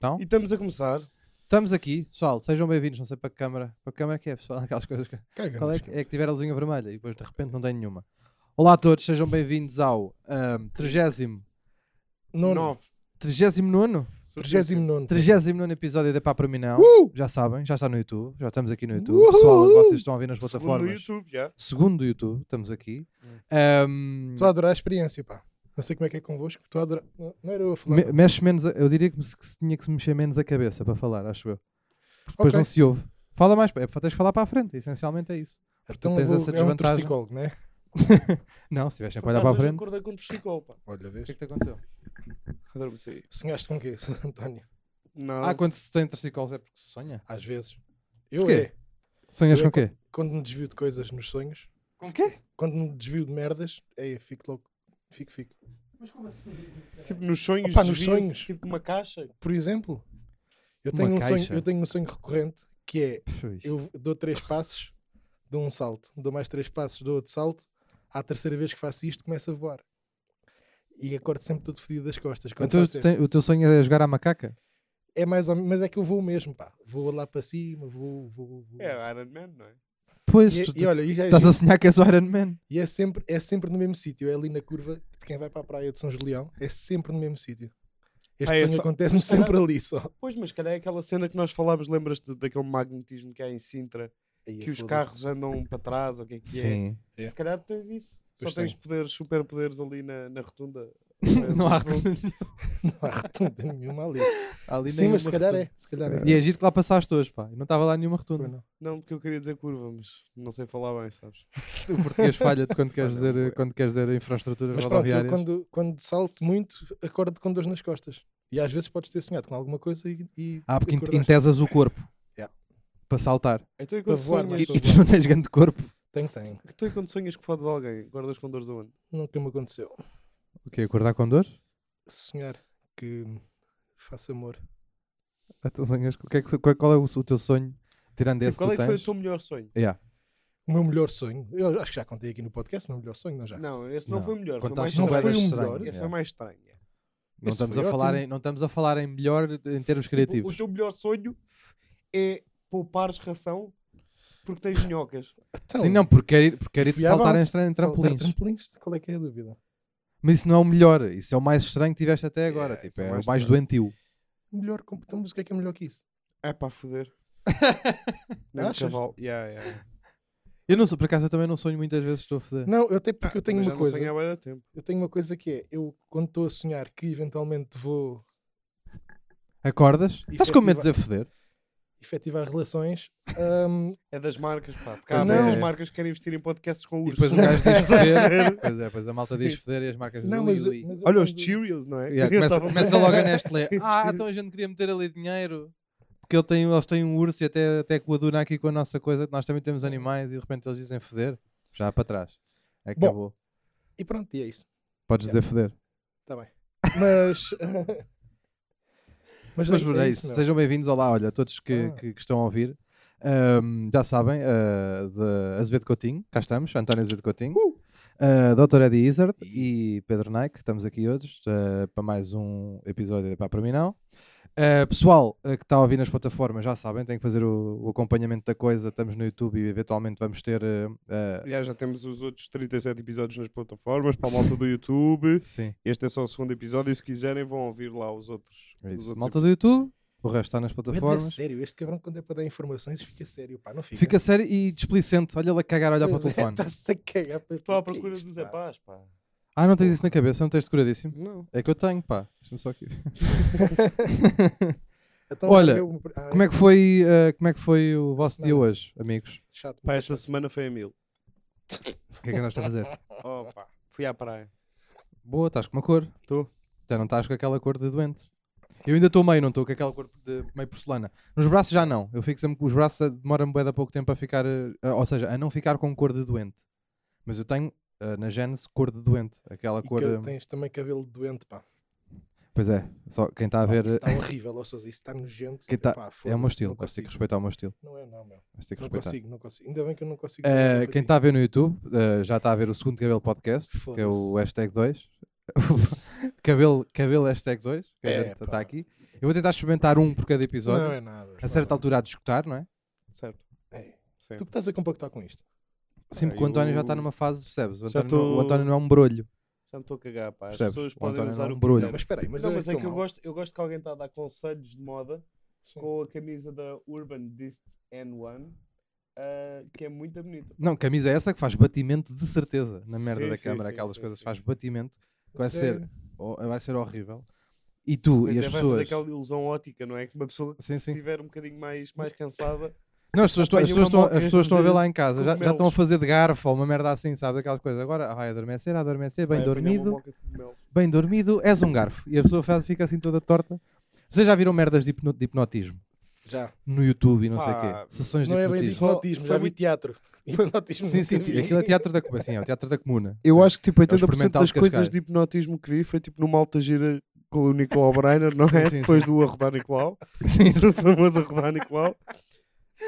Não? E estamos a começar. Estamos aqui, pessoal, sejam bem-vindos, não sei para que câmara. Para que câmara que é, pessoal? Aquelas coisas que. Caga, Qual é mas- que, é que tiver a luzinha vermelha e depois de repente não tem nenhuma. Olá a todos, sejam bem-vindos ao ahm, 30 Nono. Nove. 39 39. assim. 39 episódio da Pá para mim não. Uh! Já sabem, já está no YouTube, já estamos aqui no YouTube. Uhul! Pessoal, vocês estão a ver nas Segundo no plataformas. YouTube, É. já. Segundo do YouTube, estamos aqui. Ahm, Estou a adorar a experiência, pá. Não sei como é que é convosco. Estou a adorar. Não não era eu a falar. me- mexe menos, a- eu diria que se, que se tinha que se mexer menos a cabeça para falar, acho eu. Depois Ok. não se ouve. Fala mais, é, tens de falar para a frente, essencialmente é isso. Então tens eu vou- essa é um desvantagem. torcicólogo, né? Não, se tivessem Por para olhar para a acaso, hoje frente, o Acordei com um torcicolo, pá. Olha, vês? que é que te aconteceu? Adormeci. Sonhaste com o quê, António? Não. Ah, quando se tem torcicolos é porque se sonha. Às vezes. Eu Porquê? é. Sonhas Eu com é o quê? Quando me desvio de coisas nos sonhos, Com o quê? quando me desvio de merdas, é, fico louco. Fico, fico. Tipo, nos sonhos. Opa, nos desvia-se, sonhos. Tipo, uma caixa. Por exemplo, eu Uma tenho, um caixa. sonho, eu tenho um sonho recorrente que é Puxa. eu dou três passos, dou um salto, dou mais três passos, dou outro salto. À terceira vez que faço isto, começo a voar. E acordo sempre todo fedido das costas. quando Então, faço tu essa. tem- o teu sonho é jogar à macaca? É mais ou menos, mas é que eu vou mesmo, pá. Vou lá para cima, vou, vou, vou. É, Iron Man, não é? Pois, E, tu, e tu- olha, e já é estás giro. a sonhar que és o Iron Man. E é sempre, é sempre no mesmo sítio. É ali na curva de quem vai para a praia de São Julião. É sempre no mesmo sítio. Este Ah, é sonho só- acontece-me Mas será- sempre ali só. Pois, mas calhar é aquela cena que nós falámos, lembras-te daquele magnetismo que há em Sintra, que os carros andam para trás, ou o que é que é? É. Se calhar tens isso. Só Pois tens tenho. poderes, superpoderes ali na, na rotunda. não há Não- Não há retunda nenhuma ali. ali Sim, mas se calhar é. Se calhar é. E é giro que lá passaste hoje, pá. E não estava lá nenhuma Foi, rotunda. não. Não, porque eu queria dizer curva, mas não sei falar bem, sabes? O português falha-te quando, queres Falha, dizer- quando queres dizer infraestruturas Mas pronto, eu rodoviárias. quando, quando salto muito, acordo com dores nas costas. E às vezes podes ter sonhado com alguma coisa e. e Ah, porque acordaste. in- intesas o corpo. Yeah. um Para saltar. Então, e Para quando voar, sonhas, mas- E, Estou e tu não tens grande corpo. Tenho, tenho. então, e quando sonhas que foda de alguém, guardas com dores aonde? Nunca me aconteceu. O quê? Acordar com dor? sonhar que faço amor. Ah, tu sonhas com- o que é que- qual, qual é o, o teu sonho? Tirando Tipo, esse qual que é que tu foi o tens? teu melhor sonho? Yeah. O meu melhor sonho, eu acho que já contei aqui no podcast, o meu melhor sonho, não já? Não, esse não, Não. foi o melhor. Foi Quando mais estás não num foi bué estranho. o de melhor. estranho, Esse yeah. foi mais estranho. é. Não Esse estamos, foi a falar ótimo. em, não estamos a falar em melhor em termos Tipo, criativos. o teu melhor sonho é poupares ração porque tens minhocas. Então, Sim, não, porque quer ir, porque quer ir fui à saltar em base, estran- em saltar trampolins. trampolins, qual é que é a dúvida? Mas isso não é o melhor, isso é o mais estranho que tiveste até agora. Yeah, tipo, isso é é, o o mais mais doentio. Melhor, com- então, mas o que é que é melhor que isso? É para foder. Não, Não, Achas? cavalo. Yeah, yeah. Eu não sou, por acaso eu também não sonho muitas vezes, estou a foder. Não, eu até porque eu tenho Mas uma já coisa, Não sonho há bué de tempo. eu tenho uma coisa que é, eu quando estou a sonhar que eventualmente vou Acordas? Estás com medo de dizer foder? efetivar relações, hum, É das marcas, pá. Porque há Pois é. muitas marcas que querem investir em podcasts com E ursos. depois um- o gajo diz foder. pois é, pois a malta diz Sim. foder e as marcas não, não, mas, Lili. mas eu Olha os quando- Cheerios, não é? Yeah, Eu começa, tava- começa logo a Nestlé. Ah, então a gente queria meter ali dinheiro. Porque ele tem, eles têm um urso e até, até coaduna aqui com a nossa coisa, que nós também temos animais e de repente eles dizem foder. Já para trás. Acabou. E pronto, e é isso, Podes dizer foder. está bem. Mas... Mas por é isso, meu. sejam bem-vindos. Olá, olha, a todos que, Ah. que- que estão a ouvir. Ahm, já sabem, ah, de Azevedo Coutinho, cá estamos, António Azevedo Coutinho, ah, Dr. Eddie Izzard e Pedro Nike, estamos aqui hoje ah, para mais um episódio de Pá Para Mim Não. Ah, pessoal ah, que está a ouvir nas plataformas, já sabem, tem que fazer o, o acompanhamento da coisa, estamos no YouTube e eventualmente vamos ter... ah, ah, Aliás, já temos os outros 37 episódios nas plataformas, para a malta do YouTube. sim, Este é só o segundo episódio e se quiserem vão ouvir lá os outros. é os isso. outros Malta do YouTube, o resto está nas Mas é plataformas. sério, este cabrão quando é para dar informações fica sério, pá, não fica. Fica sério e displicente, olha ele a cagar, a olhar para o telefone. Está-se a cagar para Estou à é tudo. Que é procura isto, do Zé pá? Paz, pá. Ah, não tens isso na cabeça, não tens seguradíssimo? Não. É que eu tenho, pá. Deixa-me só aqui. Então, Olha, eu- ah, Como é que foi, eh, como é que foi o vosso dia Semana. hoje, amigos? chato, Pá, é esta semana foi a mil. O que é que andaste a fazer? Oh, pá. Fui à praia. Boa, estás com uma cor. Tô. Já não estás com aquela cor de doente. Eu ainda estou meio, não estou com aquela cor de meio porcelana. Nos braços já não. Eu fico sempre com os braços, eh, demora-me bué de pouco tempo a ficar, eh, a- ou seja, a não ficar com cor de doente. Mas eu tenho eh, na gênese cor de doente, aquela E cor. que- eh, Tens também cabelo doente, pá. Pois é, só quem está a Pá, ver Isso eh, está horrível, ou seja, isso está nojento. Que tá- é Epá, o meu foda-se, estilo. Não Vais ter que consigo, respeitar o meu estilo. não é, não, meu. Vais ter que Não respeitar. consigo, não consigo. Ainda bem que eu não consigo. Eh, olhar para quem ti. está a ver no YouTube eh, já está a ver o segundo cabelo podcast, que é o Foda-se. hashtag 2. cabelo, cabelo hashtag 2, que a É, gente pá. está aqui. Eu vou tentar experimentar um por cada episódio. Não é nada. A certa altura há de escutar, não é? Certo. Sim. Tu que estás a compactar com isto? Sim, porque o eu- António já está numa fase, percebes? O Já António, não, tô- o António não é um brolho. Já me estou a cagar, pá. As Percebes? pessoas O podem António é um usar não o que brulha. quiserem. Mas espera aí, mas, não, eu mas é então estou que eu mal. gosto, eu gosto que alguém está a dar conselhos de moda Sim. com a camisa da Urban Dist N1, ah, que é muito bonita. Não, camisa é essa que faz batimento de certeza na merda Sim, da sim, câmara. sim, Aquelas sim, coisas sim, que faz sim, batimento que vai ser, Sério? oh, vai ser horrível. E tu e Mas é, as vai fazer pessoas. aquela ilusão ótica, não é? Que uma pessoa que Sim, se sim. estiver um bocadinho mais, mais cansada, Não, as pessoas, estão- as apanha uma pessoas estão- moca as pessoas estão a ver de lá em casa, já, já estão a cogumelos. fazer de garfo ou uma merda assim, sabes? Aquelas coisas. Agora vai adormecer, adormecer, bem vai apanhar uma dormido, moca de cogumelos. bem dormido, és um garfo. E a pessoa faz- fica assim toda torta. Vocês já viram merdas de hipno- de hipnotismo Já. no YouTube e não sei o Ah, quê? Sessões de Não é bem de hipnotismo. hipnotismo, Foi já vi muito- teatro. Hipnotismo. Sim, nunca sim, vi. aquilo é teatro da comuna. Sim, é o teatro da comuna. Eu acho que tipo o 80% experimental das de Cascais. coisas de hipnotismo que vi foi tipo numa alta gira com o Nicolau Breiner, não é? Sim, sim, Depois do Arrodar Nicolau, Sim, do famoso Arrodar Nicolau.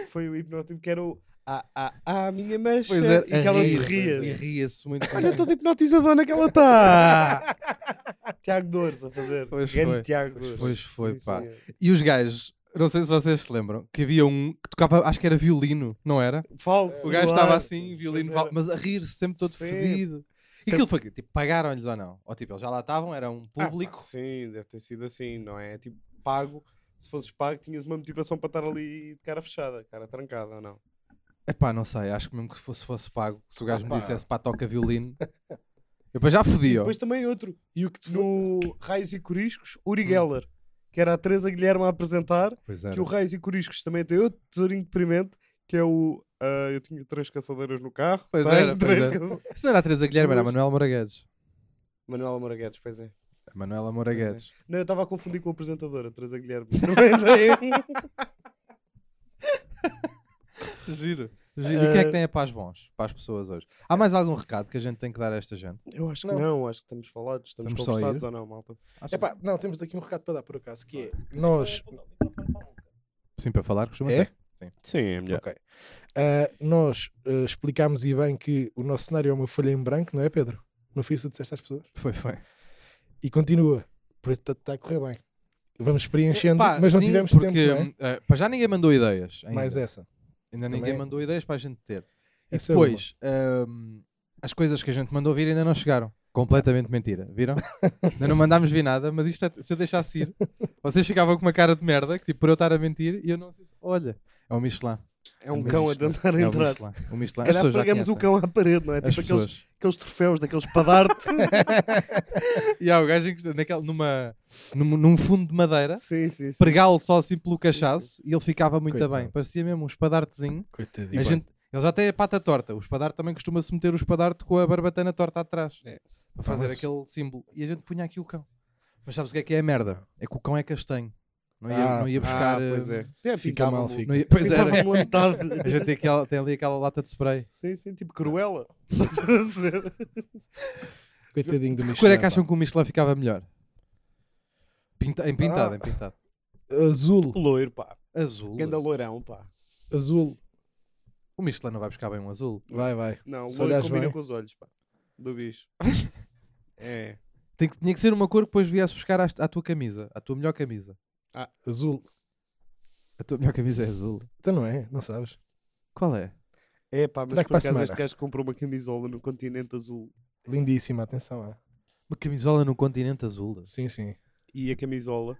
Foi o hipnotismo que era o Ah, ah, ah, minha mancha. Pois é, e que ela se a rir, ria. E ria-se muito. sim, Olha sim. toda hipnotizadona que ela está. Tiago Dores a fazer. Pois Grande foi. Tiago Dores. Pois foi, Sim, é. pá. senhor. E os gajos, não sei se vocês se lembram, que havia um que tocava, acho que era violino, não era? Falso. O gajo claro. estava assim, violino, Pois era. fal- mas a rir sempre todo Sempre. fedido. E Sempre. aquilo foi que, tipo, pagaram-lhes ou não? Ou tipo, eles já lá estavam, era um Ah, pá, público. sim, deve ter sido assim, não é? Tipo, pago. Se fosses pago, tinhas uma motivação para estar ali de cara fechada, cara trancada ou não. Epá, não sei, acho que mesmo que se fosse, fosse pago, se o gajo Opa. me dissesse pá, toca violino, eu depois já fodi, E ó. depois também outro. E o que te No Raios e Coriscos, Uri Geller. Que era a Teresa Guilherme a apresentar. Pois Hum. era. Que o Raios e Coriscos também tem outro tesourinho deprimente. Que é o... ah, eu tinha três caçadeiras no carro. Pois tenho era, pois três era. caça- Se não era a Teresa Guilherme, era a Duas. Manuela Moraguedes. Manuela Moraguetes, pois é. A Manuela Moraguedes. Não, eu estava a confundir com a apresentadora, Teresa Guilherme. é, Também tem. Giro. Giro. E quem é que Eh, tem a paz bons para as pessoas hoje? Há mais algum recado que a gente tem que dar a esta gente? eu acho que Não. não. acho que estamos falados, estamos, Estamos só a ir. conversados ou não, malta. Achas- Epá, não, temos aqui um recado para dar por acaso, que é nós. Sim, para falar, costuma É? ser. Sim, é melhor. Ok. Ah, nós ah, explicámos e bem que o nosso cenário é uma folha em branco, não é, Pedro? No fim, tu disseste às pessoas. Foi, foi. E continua. Por isso está a correr bem. Vamos preenchendo, Epá, mas não sim, tivemos porque, tempo. Não é? eh, para já ninguém mandou ideias. Ainda, Mais essa. Ainda também ninguém é. mandou ideias para a gente ter. E Essa é depois, ehm, as coisas que a gente mandou vir ainda não chegaram. Completamente mentira, viram? ainda não mandámos vir nada, mas isto é- se eu deixasse ir, vocês ficavam com uma cara de merda, que tipo, por eu estar a mentir, e eu não. Olha, é o Michelin. É um cão a tentar é o entrar. Michelin. O Michelin. Se As calhar pessoas já pregamos o conhecem. cão à parede, não é? As Tipo aqueles, pessoas. aqueles troféus daqueles padarte. E há o gajo encostado naquela- numa, num, num fundo de madeira, sim, sim, sim. pregá-lo só assim pelo Sim, cachaço, e ele ficava muito Coitado. bem. Parecia mesmo um espadartezinho. Coitadinho. A gente, ele já tem a pata torta. O espadarte também costuma-se meter o espadarte com a barbatana torta atrás. É. Para fazer mas- aquele símbolo. E a gente punha aqui o cão. Mas sabes o que é que é a merda? É que o cão é castanho. Não ia, Ah, não ia pois. buscar... ah, pois eh, é. Até Fica mal, fica. não fica. ia- pois era. Ficava-me à metade. A gente tem, aquela- tem ali aquela lata de spray. Sim, sim, tipo cruela. Estás a ver? Coitadinho do Michelin. Que cor é que acham pá. que o Michelin ficava melhor? Pinta- em pintado, em pintado. Azul. Loiro, pá. Azul. Ganda loirão, pá. Azul. O Michelin não vai buscar bem um azul. Vai, vai. Não, Se loiro olhares combina bem. com os olhos, pá. Do bicho. É. Tem que, tinha que ser uma cor que depois viesse buscar à, à tua camisa. À tua melhor camisa. Azul. A tua melhor camisa é azul. Então não é, não sabes. Qual é? É pá, mas por Daqui para a acaso semana. este gajo comprou uma camisola no continente azul Lindíssima, atenção. É. Uma camisola no continente azul. assim. Sim, sim. e a camisola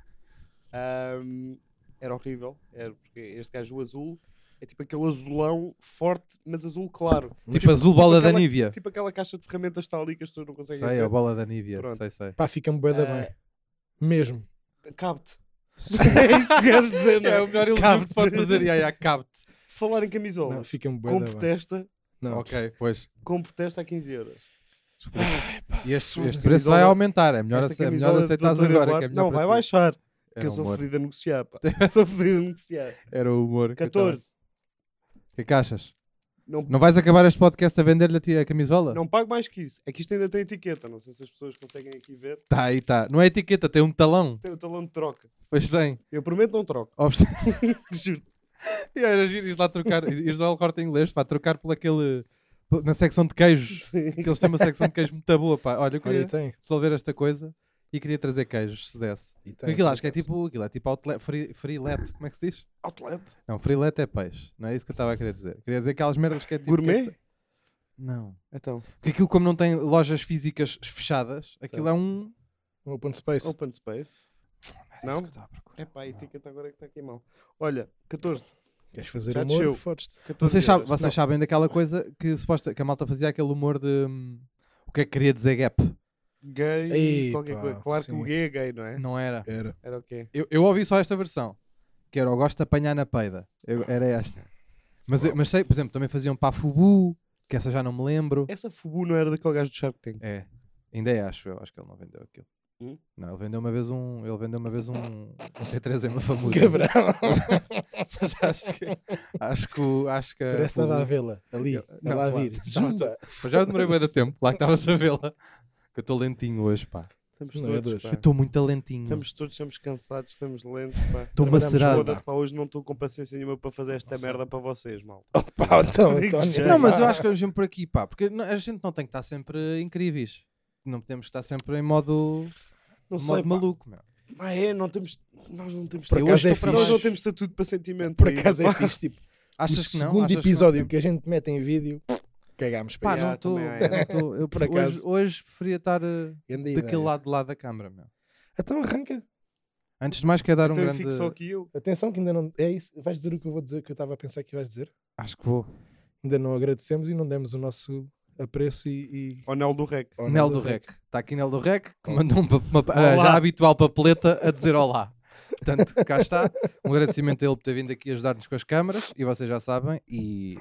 ahm, era horrível. Era porque este gajo o azul é tipo aquele azulão forte, mas azul claro. Tipo azul bola da aquela- Nívia. Tipo aquela caixa de ferramentas que está ali que as pessoas não conseguem Sei, é ver. a bola da Nívia. Pronto. Sei, sei. Pá, fica-me bué da Ah. bem. Mesmo. Cabe-te. é isso que queres dizer, não é? melhor Cabe-te. Yeah, yeah, cabe-te. Falar em camisola. Não, fica-me bué com da bem. protesta, Não. Ok, pois. com protesta a 15 euros. E este, foda-se. este preço vai Camisola- aumentar. É melhor, Esta ace- é melhor camisola do aceitares Dr. agora. Que é Eduardo- melhor não, para vai ti. baixar. Era Que eu o sou humor. fodido a negociar, pá. sou fodido a negociar. Era o humor. que eu tava- 14. O que é que achas? Não Não vais acabar este podcast a vender-lhe a ti a camisola? Não pago mais que isso. É que isto ainda tem etiqueta. Não sei se as pessoas conseguem aqui ver. Tá, aí tá. Não é etiqueta, tem um talão. Tem o talão de troca. Pois tem. Eu prometo não troco. Obs- Juro-te. E era giro, ires lá trocar, ires ao corte inglês, pá, trocar por aquele. por- na secção de queijos. Que eles têm uma secção de queijos muito boa, pá. Olha, eu Olha, queria tem. resolver esta coisa. e queria trazer queijos, se desse. E tem, Porque aquilo por acho que é acaso. tipo, aquilo é tipo outlet, free, freelet, como é que se diz? Outlet. Não, freelet é peixe, não é isso que eu estava a querer dizer. Queria dizer aquelas merdas que é tipo... que Gourmet? é- Não. Então. Porque aquilo como não tem lojas físicas fechadas, aquilo Certo. é um... Um open space. Open Space. Era Não? isso que eu estava a procurar. Epá, a etiqueta agora é que está aqui mal. Olha, 14. Queres fazer Já humor? desceu. Fodes-te. 14 Vocês, sabem, euros. vocês Não, sabem daquela coisa que, suposta, que a malta fazia aquele humor de... hum, o que é que queria dizer gap? Gay, Ei, qualquer pá, coisa. Claro que sim. o gay é gay, não é? Não era. Era. Era o quê? Eu, eu ouvi só esta versão, que era o gosto de apanhar na peida. Eu- era esta. Mas, eu- mas sei, por exemplo, também faziam para a Fubu, que essa já não me lembro. Essa Fubu não era daquele gajo do Shark Tank. É, ainda é, acho eu. Acho que ele não vendeu aquilo. Hum? Não, ele vendeu uma vez um. Ele vendeu uma vez um, um T3 em uma famosa. Cabrão. Mas acho que. Acho que, o- acho que a Parece que estava a Fubu- vê-la. Ali. É, Eu- Ela não, lá a lá. vir. Já Jumba. Mas já demorei muito tempo, lá que estavas a vê-la. Que eu estou lentinho hoje, pá. Estamos Não é dois. todos, pá. Eu estou muito lentinho. Estamos todos, estamos cansados, estamos lentos, pá. Estou trabalhamos macerado. Foda-se, pá, hoje não estou com paciência nenhuma para fazer esta merda para vocês, malta. Pá, então, Digo António. já. Não, mas eu acho que eu sempre por aqui, pá, porque não- a gente não tem que estar sempre incríveis. Não podemos estar sempre em modo, Não modo sei, pá. maluco, meu. Mas é, não temos, nós não temos Por Eu acaso hoje é estou para Nós não baixo. fixe. temos estatuto para sentimento. Por ainda, aachas é pá. fixe. Tipo, Achas o que não? segundo Achas que não episódio temos? que, a gente mete em vídeo, cagámos para Ah, Pá, Ya, não estou. também é. Eu Por pref- hoje, acaso. hoje preferia estar eh, isso. daquele lado de lá da câmara, meu. Então arranca. Antes de mais, quero dar Então um eu grande. fico só aqui eu. Atenção que ainda não... É isso. Vais dizer o que eu vou dizer, que eu estava a pensar que vais dizer. Acho que vou. Ainda não agradecemos e não demos o nosso apreço e... e... Ao Nel do Rec. ao Nel Nel do Rec. Está aqui Nel do Rec, que mandou um pa- uma- Olá. ah, já habitual papeleta a dizer olá. Portanto, cá está. Um agradecimento a ele por ter vindo aqui ajudar-nos com as câmaras. E vocês já sabem. E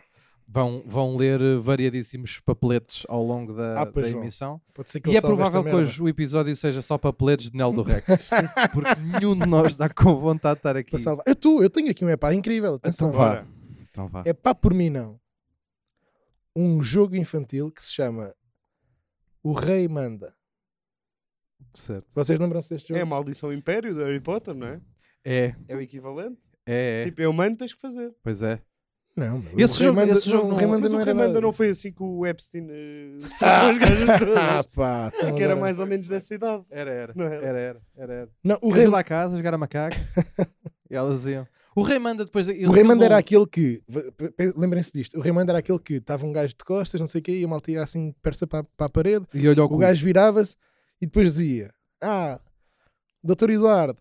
vão, vão ler eh, variadíssimos papeletes ao longo da, Ah, pois da vão. emissão. Pode ser que E ele é salve esta provável que merda. hoje o episódio seja só papeletes de Nel do Rec. Porque nenhum de nós está com vontade de estar aqui. Para salvar. Eu, tu, eu tenho aqui um epá incrível. Atenção. Então vá. Bora. Então vá. É pá por mim não. Um jogo infantil que se chama O Rei Manda. Certo. Vocês lembram-se deste É a jogo? Uhum. maldição império do Harry Potter, não é? É, É o equivalente. é, é. Tipo, é o mando que tens que fazer. Pois é. Não, meu. Esse O Rei jogo- Manda- esse jogo o não- Rei Manda Mas não o era Rei Manda nada. não foi assim que o Epstein eh, sacou as gajas Ah, todas. É pá, então Que era agora- mais ou menos dessa idade. Era, era. Não é? era? Era, era, era. era. Não, o O Rei, rei lá a casa, jogar a macaco. e elas iam. O rei manda depois. o Rei Manda era aquele que. v- p- p- Lembrem-se disto. O Rei Manda era aquele que estava um gajo de costas, não sei o quê, e a malta ia assim de persa para, para a parede. E olha O gajo virava-se e depois dizia: Ah, doutor Eduardo,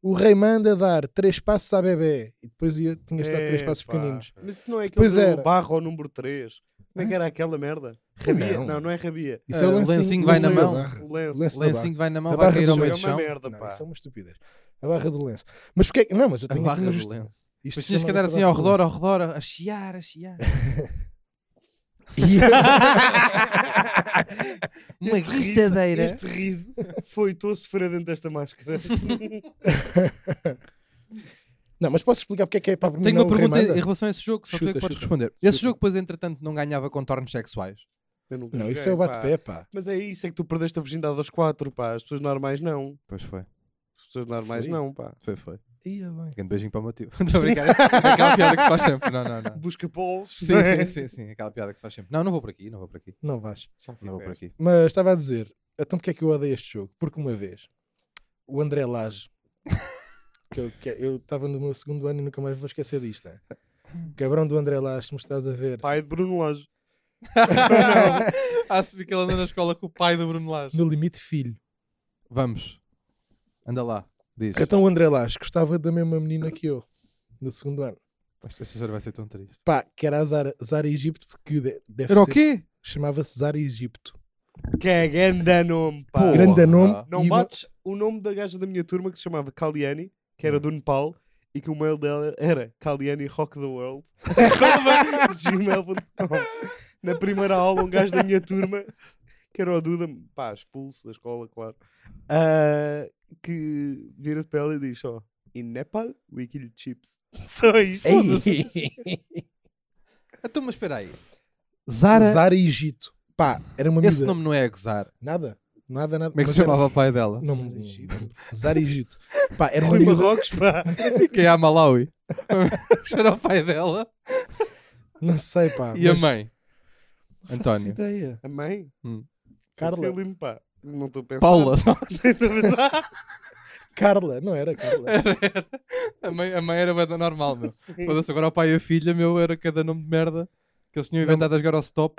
o Rei Manda dar três passos à bebê. E depois ia, tinhas dado três É, passos pá. pequeninos. Mas isso não é Depois aquele era. do barro ao número 3. Como é que era aquela merda? Rabia? Não, não é rabia. Isso é o Ah, o lencinho, lencinho vai na lencinho mão. da barra. O lance. Lance da lencinho que vai na A mão, vai barra cair do ao meio do jogo é uma chão. merda, Não, pá. isso é uma estupidez. A barra do lenço. Mas porque é que- Não, mas eu A tenho barra aqui do isto- lenço. isto Depois tinhas que chama-se andar assim barra ao do redor, ao redor, a chiar, a chiar. Uma Este riso- guiçadeira. Este riso foi estou a sofrer dentro desta máscara. Não, mas posso explicar porque é que é para mim Tenho não uma o rei pergunta em manda? relação a esse jogo, só tu é Chuta, que podes chuta. responder. Esse Chuta. jogo, depois, entretanto, não ganhava contornos sexuais. Eu nunca Não, isso joguei, é o pá. bate-pé, pá. Mas é isso, é que tu perdeste a virgindade aos quatro, pá. As pessoas normais não. Pois foi. As pessoas normais Foi. não, pá. Foi, foi. Ia bem. Grande beijinho para o meu tio. Estou a brincar. É Aquela piada que se faz sempre. Não, não, não. Busca polos. Sim, sim, sim, sim. Aquela piada que se faz sempre. Não, não vou por aqui, não vou por aqui. Não vais. Não vou por aqui. Mas estava a dizer, então porque é que eu odeio este jogo? Porque uma vez, o André Lage, que eu, que é, eu estava no meu segundo ano e nunca mais vou esquecer disto. Né? Cabrão do André Lage, se me estás a ver. Pai de Bruno Lage. Ah, se vi que ele anda na escola com o pai do Bruno Lage. No limite, filho. Vamos. Anda lá. Diz. Então o André Lage gostava da mesma menina que eu, no segundo ano. Esta história vai ser tão triste. Pá, que era a Zara, Zara Egipto, porque de- deve Era o ser- quê? Chamava-se Zara Egipto. Que é ganda nome, pá. Porra. Grande nome. Não e uma- bates o nome da gaja da minha turma que se chamava Kaliani, que era do Nepal, e que o mail dela era Kaliani Rock the World. arroba gmail.com. Na primeira aula, um gajo da minha turma, que era o Duda, pá, expulso da escola, claro, ah, que vira-se para ela e diz só: In Nepal, we kill chips. Só isto. foda-se. Então, mas espera aí. Zara. Zara Egito. Pá, era uma Esse miúda. nome não é a gozar. Nada, nada, nada. Como é que se Mas era- chamava o pai dela? Não, Zara me- Egito. Zara Egito. Pá, era uma Rui miúda. Marrocos, pá. Que é a Malawi. Era o pai dela Não sei, pá. e a Ah, mas mãe. não faço António. ideia. A mãe? Carla. é Facílimo, pá. Não estou a pensar. Paula. Estou a pensar. Carla, não era Carla. a, mãe, a mãe era bué da normal, meu. Sim. Foda-se, agora o pai e a filha, meu, era cada nome de merda que eles tinham inventado a jogar ao stop.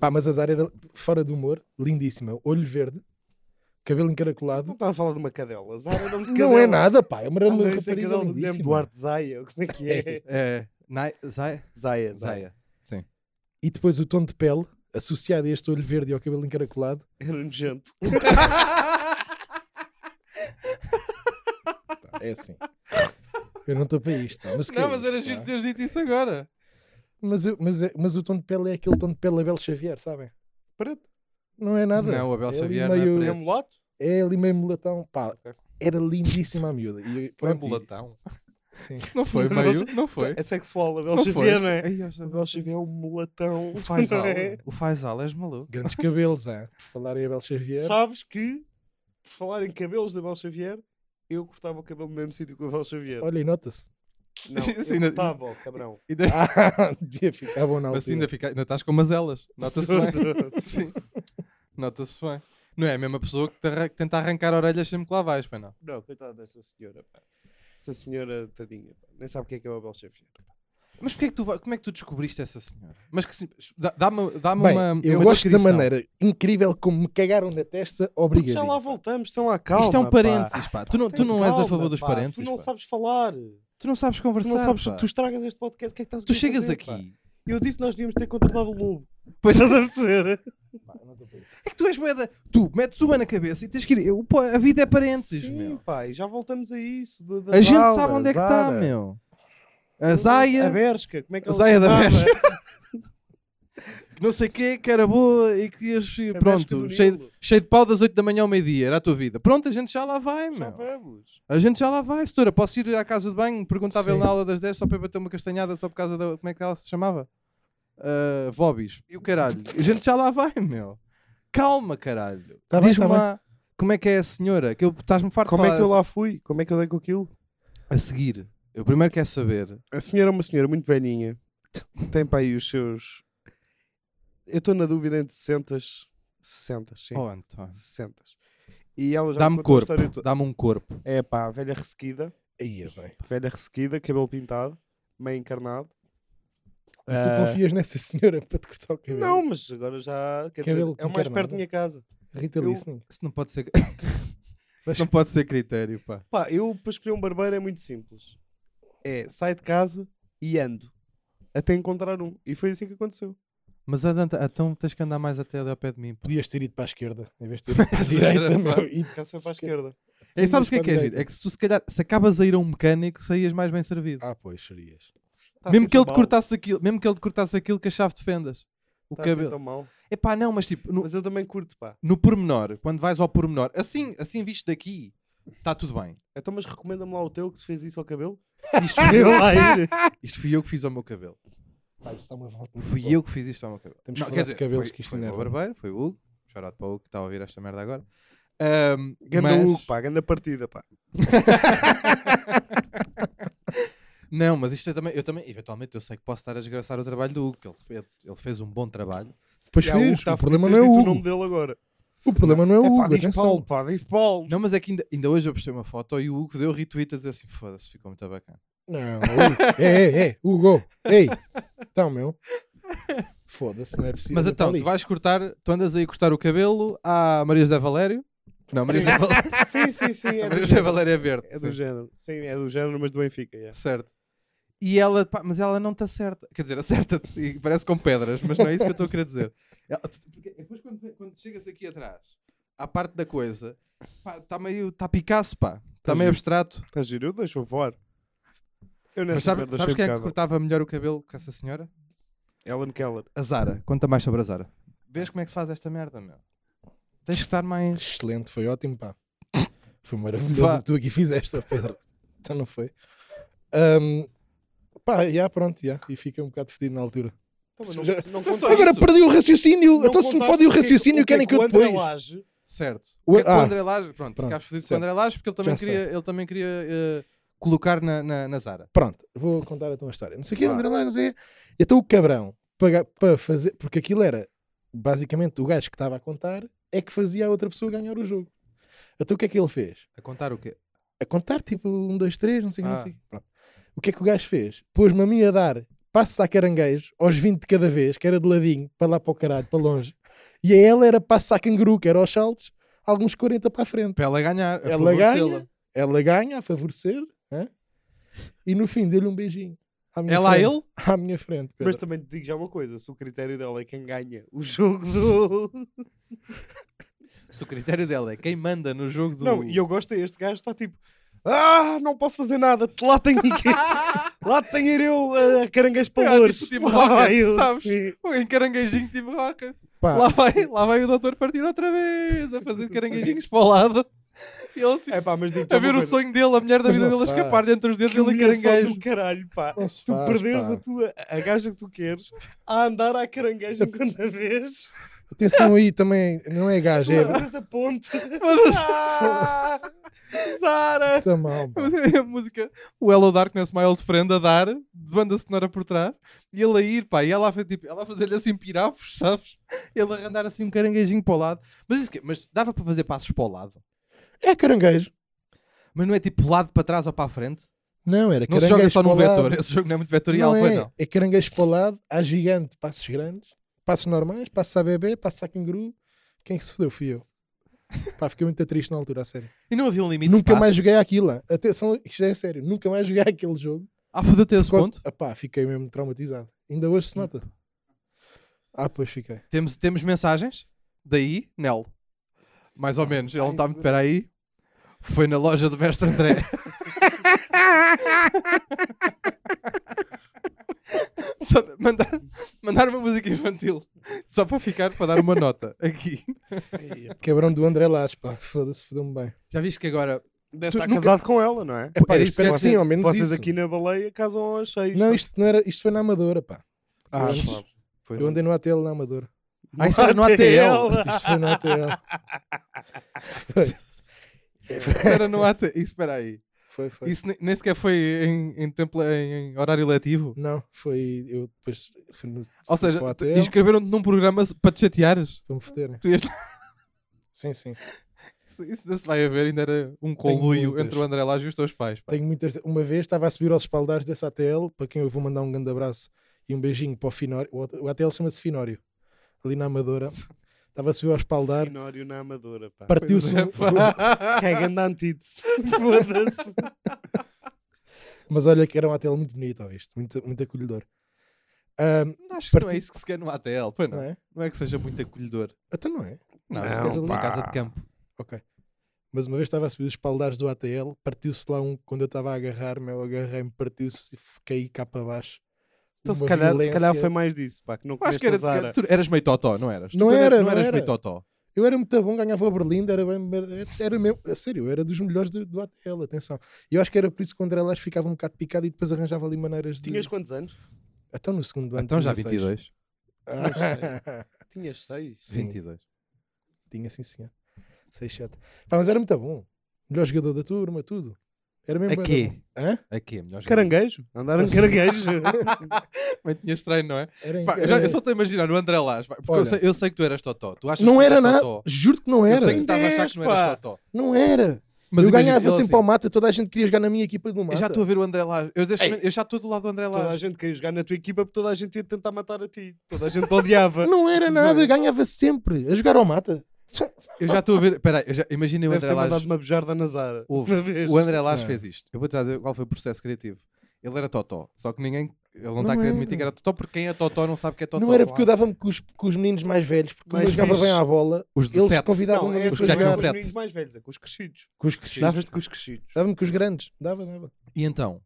Pá, mas a Zara era fora do humor, lindíssima. Olho verde, cabelo Não encaracolado. estava a falar de uma cadela. Zara era um Não é nada, pá. É uma Ah, uma não, isso é rapariga cadela do Guilherme lindíssima. Duarte Zaya. Como é que é? É. Nai, Zaya? Zaya, Zaya. Zaya. E depois o tom de pele, associado a este olho verde e ao cabelo encaracolado. Era É um nojento. Pá, é assim. Eu não estou para isto. Mas, Não, calhar, mas era pá. giro teres dito isso agora. Mas, eu- mas, é- mas o tom de pele é aquele tom de pele Abel Xavier, sabem? Preto. Não é nada. Não, o Abel É ali Xavier não é meio- É preto. mulato? É ali meio mulatão. Pá, Ok. era lindíssima a miúda. E, Foi pronto, e- mulatão. Sim. Não foi, Não, não meio. Não foi. É sexual. Abel Não Xavier, foi. não é? Ei, Abel Xavier é um mulatão. O Faisal. não é? O Faisal, és maluco. Grandes cabelos, hein? Por falar em Abel Xavier. Sabes que, por falar em cabelos de Abel Xavier, eu cortava o cabelo no mesmo sítio que o Abel Xavier. Olha, e nota-se. Não, Sim, sim, eu não- cortava, ó, cabrão. Ainda- Ah, devia ficar bom na altura. Assim ainda, fica, ainda estás com umas elas. Nota-se bem. Sim. Nota-se bem. Não é a mesma pessoa que, te arran- que tenta arrancar orelhas sempre que lá vais, pois não. Não, coitada dessa senhora, pá. Essa senhora, tadinha, pá. Nem sabe o que é que é o Abel Xavier. Mas porquê é que tu, vai- como é que tu descobriste essa senhora? Mas que sim- dá- Dá-me dá Bem, uma. eu uma gosto da descrição. maneira incrível como me cagaram na testa, Porque já obrigado. lá voltamos, estão lá calma. Isto é um pá. parênteses, pá. Tu não, tu Tem não és a calma, favor dos pá. parênteses. Tu não pá. sabes falar. tu não sabes Tu conversar. não sabes. pá. Tu estragas este podcast. O que é que estás a Tu querer chegas fazer, aqui. pá? Eu disse que nós devíamos ter contratado o lobo. Pois Estás a perceber? é que tu és moeda. Tu metes uma na cabeça e tens que ir. eu- pô, a vida é parênteses, Sim, meu. pá. E já voltamos a isso. da- das A gente aulas, sabe onde é que está, Zara. é meu. A Zaya. A Bershka, como é que A ela Zaya da se chama? não sei o quê, que era boa e que ias, A Bershka do pronto, cheio, Nilo. cheio de pau das 8 da manhã ao meio-dia, era a tua vida. Pronto, a gente já lá vai, Já meu. vamos. A gente já lá vai, Setora. Posso ir à casa de banho? Perguntava ele Sim. na aula das 10 só para ir bater uma castanhada só por causa da. Como é que ela se chamava? Ah, Vobis. E o caralho. A gente já lá vai, meu. Calma, caralho. Tá bem, Diz-me tá lá como é que é a senhora. Que eu estás-me farto de Como é falar que eu lá fui? Como é que eu dei com aquilo? a seguir. Eu primeiro quero saber. A senhora é uma senhora muito velhinha. Tem para aí os seus. Eu estou na dúvida entre 60. 60, sim. Oh, António. 60. E ela já me Dá-me contou a corpo. história toda. Dá-me um corpo. É pá, velha ressequida. Aí é bem. Velha ressequida, cabelo pintado, meio encarnado. E tu confias nessa senhora para te cortar o cabelo? Não, mas agora já. Quer dizer, Cabelo é o mais encarnado. perto da minha casa. Rita eu- Listening. Isso não pode ser. Isso não pode ser critério, pá. Pá, eu para escolher um barbeiro é muito simples. É, sai de casa e ando. Até encontrar um. E foi assim que aconteceu. Mas Adanta, então tens que andar mais até ali ao pé de mim. pá. Podias ter ido para a esquerda em vez de ter ido para a Zero, direita, pá. meu. E O caso foi para a Se quer- esquerda. E sabes o que é para que a é direita. giro? É que se tu se calhar, se acabas a ir a um mecânico, saías mais bem servido. Ah, pois, serias. Tá mesmo assim que ele te tão mal. cortasse aquilo, mesmo que ele te cortasse aquilo que a chave defendas. O Tá assim cabelo. tão mal. É pá, não, mas tipo, no, Mas eu também curto, pá. no pormenor, quando vais ao pormenor, assim, assim visto daqui, está tudo bem. Então, mas recomenda-me lá o teu que se fez isso ao cabelo. Isto fui, eu, lá ir. isto fui eu que fiz ao meu cabelo. Pá, isso dá uma volta muito Fui boa. eu que fiz isto ao meu cabelo. Temos Não, que quer falar de dizer, cabelos foi, que isto foi o meu enerva. barbeiro, foi o Hugo. Chorado para o Hugo que estava a ouvir esta merda agora. Ahm, Ganda mas- Hugo, pá. Ganda partida, pá. Não, mas isto é também, eu também, eventualmente, eu sei que posso estar a desgraçar o trabalho do Hugo, que ele, fe- ele fez um bom trabalho. Pois E há Hugo fez. que tá O fodido, problema tens não é o dito o nome Hugo. dele agora. O problema não é o É pá, Hugo. diz Paulo, Atenção. pá. Diz Paulo. Não, mas é que ainda, ainda hoje eu postei uma foto e o Hugo deu retweet a dizer assim: foda-se, ficou muito bacana. Não, Hugo. é, é, é. Hugo. Ei. Então, meu. Foda-se, não é possível. mas não tá então, ali. tu vais cortar, tu andas aí a cortar o cabelo à Maria José Valério. Não, Maria Sim. José Valério, Sim, sim, sim. a É Maria do José género. Valério é verde. É sim, do género. Sim, é do género, mas do Benfica, yeah. certo. E ela, pá, mas ela não te acerta. Quer dizer, acerta-te, e parece com pedras, mas não é isso que eu estou a querer dizer. Ela- porque é depois, quando, quando chegas aqui atrás, à parte da coisa, está meio, está Picasso, pá. Está Pois meio é. abstrato. Está giro, deixa-o voar. Eu Mas nessa sabe- merda sabes achei quem é que te impecável. cortava melhor o cabelo que essa senhora? Ellen Keller. A Zara. Conta mais sobre a Zara. Vês como é que se faz esta merda, meu? Tens que estar mais. Excelente, foi ótimo, pá. Foi maravilhoso Vá. o que tu aqui fizeste, ó Pedro. Então não foi. Ahm, pá, já, pronto, já. E fica um bocado fedido na altura. Então, não, mas não- Já- não Então, só Agora isso. perdi o raciocínio. Não então se me contaste fodem o o que é que- raciocínio, o que é querem que, que eu o André depois. Lage- Certo. O- O, que é que o ah. André Laje. Pronto, Pronto, ficaste fodido com o certo. André Laje porque ele também Já sei. queria, ele também queria eh, colocar na, na, na Zara. Pronto, vou contar então a história. Não sei o que, Vá. André Lage, não sei. o quê. Então o cabrão, para, para fazer. Porque aquilo era basicamente o gajo que estava a contar é que fazia a outra pessoa ganhar o jogo. Então o que é que ele fez? A contar o quê? a contar, tipo, um, dois, três, não sei o que, Ah. não sei o quê. Pronto. O que é que o gajo fez? Pôs-me a mim a dar passos a caranguejo, aos 20 de cada vez, que era de ladinho, para lá para o caralho, para longe. E a ela era passo a canguru, que era aos saltos, alguns 40 para a frente. Para ela ganhar. a Ela ganha, favorecê-la. ela ganha a favorecer, hã? e no fim deu-lhe um beijinho. À minha Ela a frente, É ele? À minha frente, Pedro. Mas também te digo já uma coisa: se o critério dela é quem ganha o jogo do. Se o critério dela é quem manda no jogo do. Não, e eu gosto é este gajo está tipo. Ah, não posso fazer nada, lá tenho que lá tenho ir eu a caranguejo para Ah, Lourdes. tipo Tim Lá vai Rocket, eu, sabes? sim. Em caranguejinho tipo roca. Pá, Lá vai, lá vai o doutor partir outra vez a fazer caranguejinhos para o lado. E ele assim, É pá, mas digo a ver o sonho dele, a mulher da Então Mas vida não dele a se escapar dentro dos dedos que ele em caranguejo. do caralho, pá. não se Tu faz, perderes Ah, pá. a tua a gaja que tu queres a andar à caranguejo enquanto a vês, Atenção aí também, não é gajo, é... levantas a ponte. Foda-se. Ah, Sara! Tá mal, pá. A música, o Hello Darkness, My Old Friend a dar, de banda sonora por trás, e ele a ir, pá, e ela a, fa- tipo, ela a fazer-lhe assim pirafos, sabes? Ele a andar assim um caranguejinho para o lado. Mas isso que Mas dava para fazer passos para o lado. É caranguejo. Mas não é tipo lado para trás ou para a frente? Não, era Não se É caranguejo joga só num para o lado. vetor, esse jogo não é muito vetorial, Não pois é, não. é caranguejo para o lado, há gigante, passos grandes, passos normais, passos a bebê, passos a canguru. Quem é se fodeu fui eu. Pá, fiquei muito triste na altura, a sério. E não havia um limite de nunca mais passos. joguei aquilo. lá. Atenção, isto é sério, nunca mais joguei aquele jogo. Ah, foda-te a esse ponto. Epá, fiquei mesmo traumatizado. Ainda hoje se nota. Ah, pois fiquei. Temos, temos mensagens daí, Nel. Mais ou menos. Ele não está muito. Espera aí. Foi na loja do Mestre André. Só de- mandar, mandar uma música infantil. Só para ficar, para dar uma nota aqui. Quebrão do André Lage, pá. Foda-se, fodeu-me bem. Já viste que agora. Deve Tu estar nunca- casado com ela, não é? Epá, Era isso que eu espero eu que ia sim, ao menos Vocês isso. aqui na baleia casam aos seis. é? Não, isto, não era, isto foi na Amadora, pá. Ah, eu, pá, foi- eu andei no ATL na Amadora. Ah, isso era no ATL. Isto foi no ATL. Isso era no ATL. Isso, Espera aí. Foi, foi. Isso nem, nem sequer foi em, em tempo, em, em horário letivo. Não, foi. Eu depois fui no, Ou seja, para o tu- hotel. inscreveram-te num programa para te chateares. para me foderem. Tu ias né? Sim, sim. Isso, isso não se vai haver, ainda era um conluio muitas. entre o André Lage e os teus pais. pá. Tenho muitas. Uma vez estava a subir aos espaldares dessa ATL, para quem eu vou mandar um grande abraço e um beijinho para o Finório. O ATL chama-se Finório, ali na Amadora. Estava a subir ao espaldar, Finório na Amadora, pá. partiu-se. Pois é, um- pá. Que é grande antítese. Foda-se. Mas olha que era um ATL muito bonito, ó, isto, muito, muito acolhedor. Ahm, Acho que Partiu- não é isso que se quer no ATL, pá, não não. é? Não é que seja muito acolhedor. Até não é? Não, Não, isso queres ali pá. em casa de campo. Ok. Mas uma vez estava a subir os espaldares do ATL, partiu-se lá um, quando eu estava a agarrar-me, eu agarrei-me, partiu-se e caí cá para baixo. Então, se Uma calhar, se calhar violência. foi mais disso, pá. Que não Acho que comeste era, a Zara. tu eras meio totó, não eras? Tu Não quando era, não não eras era. meio totó. Eu era muito bom, ganhava a Berlinda, era bem. era- Era mesmo, a sério, eu era dos melhores do, do ATL, atenção. E eu acho que era por isso que o André Lage ficava um bocado picado e depois arranjava ali maneiras de. Tinhas quantos anos? Então no segundo ano. Então já tinha seis. 22. Ah, Tinhas seis. Sim. 22. tinha sim, senhor. 6, 7. Pá, mas era muito bom. Melhor jogador da turma, tudo. Era mesmo. A bué da quê? bom. Hã? A quê? Melhor Caranguejo. Andaram de caranguejo. jogador. Também tinhas treino, não é? Era em- Pá, eu já- era- eu só estou a imaginar o André Lage. pá, Porque eu Olha. sei, eu sei que tu eras totó. Tu achas Não que tu era eras nada. totó. Juro que não Eu sei que era. estava a achar que não eras Dez, pá. totó. Não era. eu imagina ganhava ele sempre assim, ao mata, toda a gente queria jogar na minha equipa do Eu mata. já estou a ver o André Lage. Eu, deste Ei. momento- eu já estou do lado do André Toda a Lage. gente queria jogar na tua equipa porque toda a gente ia tentar matar a ti. Toda a gente te odiava. Não era nada, ganhava sempre. A jogar ao mata. Eu já estou a ver. Espera aí, eu já- imaginem o Deve André ter Lage mandado uma bujada na Zara. Houve. Uma vez. O André Lage É. fez isto. Eu vou te dizer qual foi o processo criativo. Ele era Totó, só que ninguém. Ele não está a Não querer admitir era. que era Totó, porque quem é Totó não sabe que é Totó. não era porque eu dava-me com os, com os meninos mais velhos, porque Mais eu jogava fixe. bem à bola, Os de eles sete. convidavam Não, me é para que já já com jogar. com os sete. meninos mais velhos, é com os crescidos. Com os crescidos. Davas-te com os crescidos. Dava-me com os grandes. Dava, dava. E então?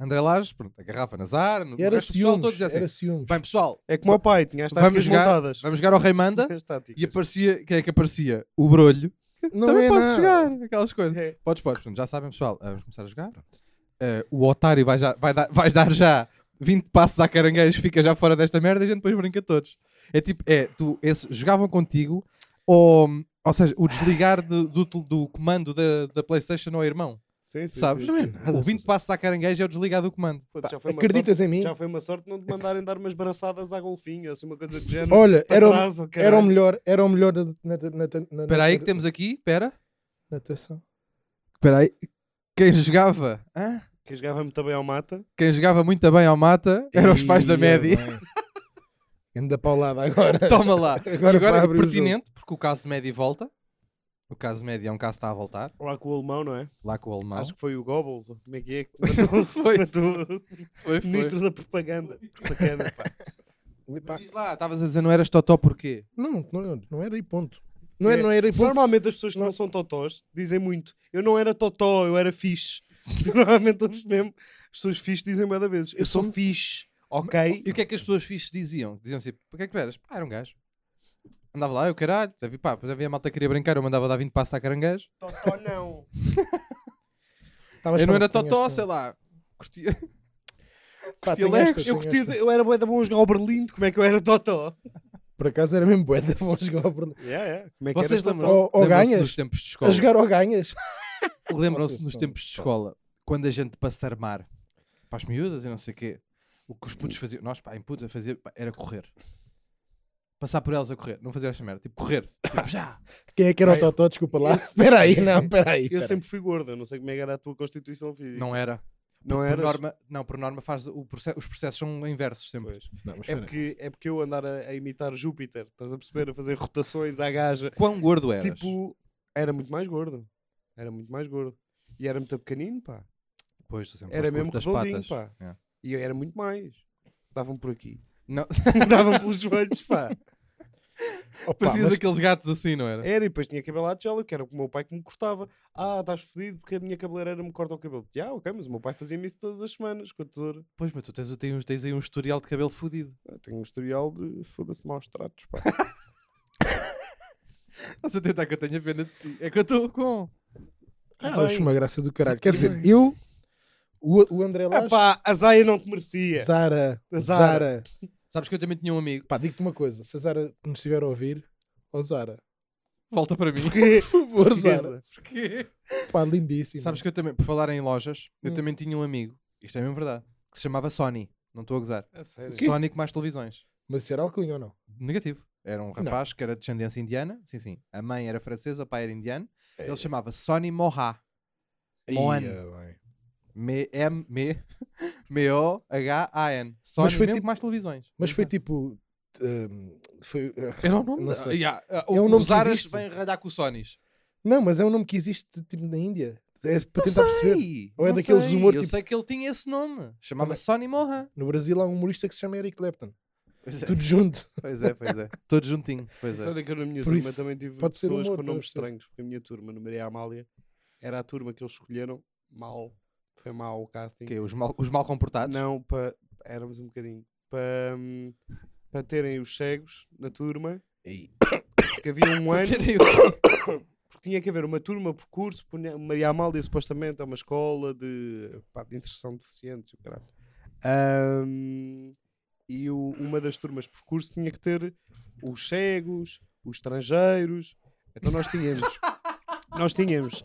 André Lage, pronto, agarrava Nazar, no E era resto do pessoal, ciúmes. todos assim. Era ciúmes. Bem, pessoal, É como o pai, tinha as vamos táticas jogar, montadas. vamos jogar ao Rei Manda. As táticas. E aparecia, quem é que aparecia? O Brolho. Não Também é posso nada. jogar, aquelas coisas. É. Podes, podes, portanto, já sabem, pessoal, ah, vamos começar a jogar. Eh, o otário vai, já, vai, dar, vais dar já 20 passos à caranguejo, fica já fora desta merda e a gente depois brinca todos. É tipo, é, tu, esse, jogavam contigo, ou, ou seja, o desligar de- do, tel- do comando da, da Playstation ao irmão. Sim, sim, Sabes? sim, Não é sim, sim. nada. O 20 passos à caranguejo é o desligar do comando. Pô, já foi uma Acreditas em mim? sorte- Já foi uma sorte não te mandarem dar umas braçadas à golfinho, assim, uma coisa de género. Olha, Para Oh, era, o- trás, ou era o caralho. melhor, era o melhor da na, na, na- na- Espera aí na- que temos aqui, espera. natação. Espera aí. Quem jogava, hã? Que jogava muito bem ao mata. quem jogava muito bem ao mata eram os pais da Ia média. bem. Anda paulada agora. Toma lá. Agora, e para agora abrir o pertinente, porque o caso médio volta. O caso médio é um caso que está a voltar, Lá com o alemão, não é? lá com o alemão. Acho que foi o Goebbels, ou como é que é? que matou- Foi. matou o foi, Ministro da propaganda. Que Sacana, pá. jogo. Pá, Mas diz lá, estavas a dizer não eras totó porquê? Não, não, não era aí ponto. Não É. era, não era aí ponto. Normalmente as pessoas que não são totós dizem muito. Eu não era totó, eu era fixe. Tu Normalmente ouves mesmo. As pessoas fixe dizem bué da vezes. Eu, Eu sou sou- fixe, ok? E o que é que as pessoas fixas diziam? Diziam assim, porquê é que tu eras? Pá, era um gajo. Andava lá, eu caralho, já vi, pá, depois havia a malta que queria brincar, eu mandava dar 20 passos a caranguejo. Totó não. Estavas eu não era pronto, É totó, tinhas- sei lá. Curtia. Pá, Eu, tinhas "É, esta, eu, tinhas curti, esta. eu era bué da bom a jogar ao Berlim, como é que eu era totó? Por acaso era mesmo bué da bom jogar ao Berlim. Yeah, yeah. Como é que Vocês eras totó? lembram-se Ou- ou lembram-se ganhas? dos tempos de A escola? jogar ao ganhas. Lembram-se Vocês nos são- tempos de escola, quando a gente para se armar para as miúdas e não sei o quê, o que os putos faziam, nós pá, em puta fazia, pá, era correr. Passar por elas a correr, não fazia esta merda, tipo correr, tipo já. Quem é que era o totó? Desculpa lá. Espera aí, não, espera aí. Eu espera sempre fui gordo, eu não sei como é que era a tua constituição física. Não era. não Por eras? norma, não, por norma faz o processo, os processos são inversos sempre. Pois. aí. Não, mas É espera aí. porque, é porque eu andar a, a imitar Júpiter, estás a perceber? A fazer rotações à gaja. Quão gordo eras? Tipo, era muito mais gordo. Era muito mais gordo. E era muito pequenino, pá. Pois, tu sempre era foste mesmo curto das redondinho, patas. É. E eu era muito mais. Davam por aqui. Não, Davam pelos joelhos, pá. Opa, parecias mas- aqueles gatos assim, não era? Era, e depois tinha cabelo à tigela, que era o que o meu pai que me cortava. Ah, estás fedido porque a minha cabeleireira me corta o cabelo. Já, ok, mas o meu pai fazia-me isso todas as semanas, com a tesoura. Pois, mas tu tens, tens, tens aí um historial de cabelo fodido. Eu tenho um historial de foda-se maus tratos, pá. Estás a tentar que eu tenha pena de ti. É que eu estou com. Ah, eu acho uma graça do caralho. Quer dizer, eu, o, o André Lage, Epá, a Zaya não te merecia. Zara, A Zara. Zara. Sabes que eu também tinha um amigo. Pá, digo-te uma coisa. Se a Zara me estiver a ouvir, ó Zara. Volta para mim. Por favor, Zara. Portuguesa. Porquê? Pá, lindíssimo. Sabes que eu também, por falar em lojas, eu Hum. também tinha um amigo, isto é mesmo verdade, que se chamava Sony. Não estou a gozar. A sério. Quê? Sony com mais televisões. Mas será alcunha ou não? Negativo. Era um rapaz que era de descendência indiana. Sim, sim. A mãe era francesa, o pai era indiano. É. Ele se chamava Sony Moha. Mohan. Ia bem. Me- M- me- M-O-H-A-N. Sony Mas foi mesmo tipo- com mais televisões. Mas foi tipo. hum, foi, Era o nome Não da- sei. Yeah, uh, É um nome Os que aras existe. vêm ralhar com os Sonys. não, mas é um nome que existe tipo na Índia. É para tentar perceber. Ei, Ou é não daqueles sei. humor Eu tipo- sei que ele tinha esse nome. Chamava Também- Sony Moha. No Brasil há um humorista que se chama Eric Clapton. Pois é, Tudo junto. pois é, pois é. Todo juntinho. Pois é. Sabe que eu na minha Por turma isso, também tive pode ser pessoas humor, com nomes deve ser. estranhos, porque a minha turma, no Maria Amália, era a turma que eles escolheram mal. Foi mal o casting. Que os mal, os mal comportados? Não, para. Éramos um bocadinho. Para, para terem os cegos na turma, porque havia um ano, porque tinha que haver uma turma por curso. por- Maria Amália, supostamente, é uma escola de, pá, de inserção de deficientes. e o caralho. Ahm, e o- uma das turmas por curso tinha que ter os cegos, os estrangeiros. Então nós tínhamos. nós tínhamos.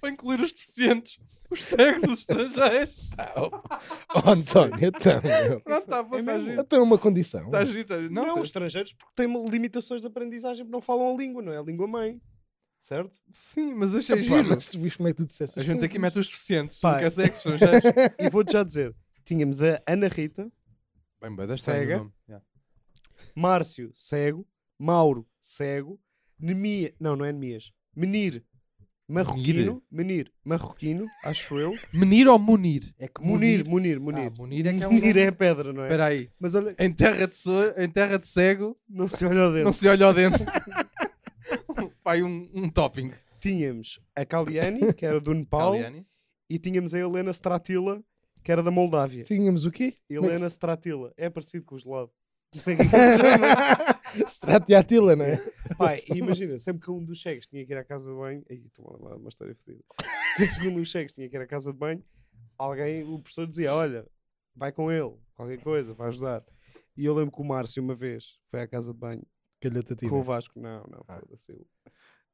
Para incluir os deficientes, os cegos, os estrangeiros. Ah, oh, oh, António, então. meu. Pronto, está bom, É está mesmo? giro. Então é uma condição. Está Tá giro, está giro. Não, Não, os sei. estrangeiros porque têm limitações de aprendizagem porque não falam a língua, não é a língua mãe. Certo? Sim, mas Epá, achei giro. Tá mas tu viste como é que tu disseste. A gente aqui mete os deficientes, Pá. não quer sexo, estrangeiros. E vou-te já dizer: tínhamos a Ana Rita, Bem, bem, das Cega. Márcio, cego, Mauro, cego, Nemia, não, não é Nemias, Menir, marroquino, Menir, marroquino, acho eu, Menir ou Munir? É que Munir, Munir, Munir. Ah, Munir é que é um Munir nome. é a pedra, não é? Espera aí. Mas olha, Em terra, de so- em terra de cego, não se olha ao não dentro. se olha ao dentro. Vai um, um topping. Tínhamos a Caliani, que era do Nepal, Italiani. e tínhamos a Helena Stratila, que era da Moldávia. Tínhamos o quê? Helena Stratila, é parecido com o gelado. Strati Atila, não é? Pai, e imagina, sempre que um dos cheques tinha que ir à casa de banho, aí estou a uma, uma história fodida. Sempre que um dos cheques tinha que ir à casa de banho, alguém, o professor dizia: Olha, vai com ele, qualquer coisa, vai ajudar. E eu lembro que o Márcio, uma vez, foi à casa de banho Calhatatina. com o Vasco. Não, não, Ah. foda-se. eu.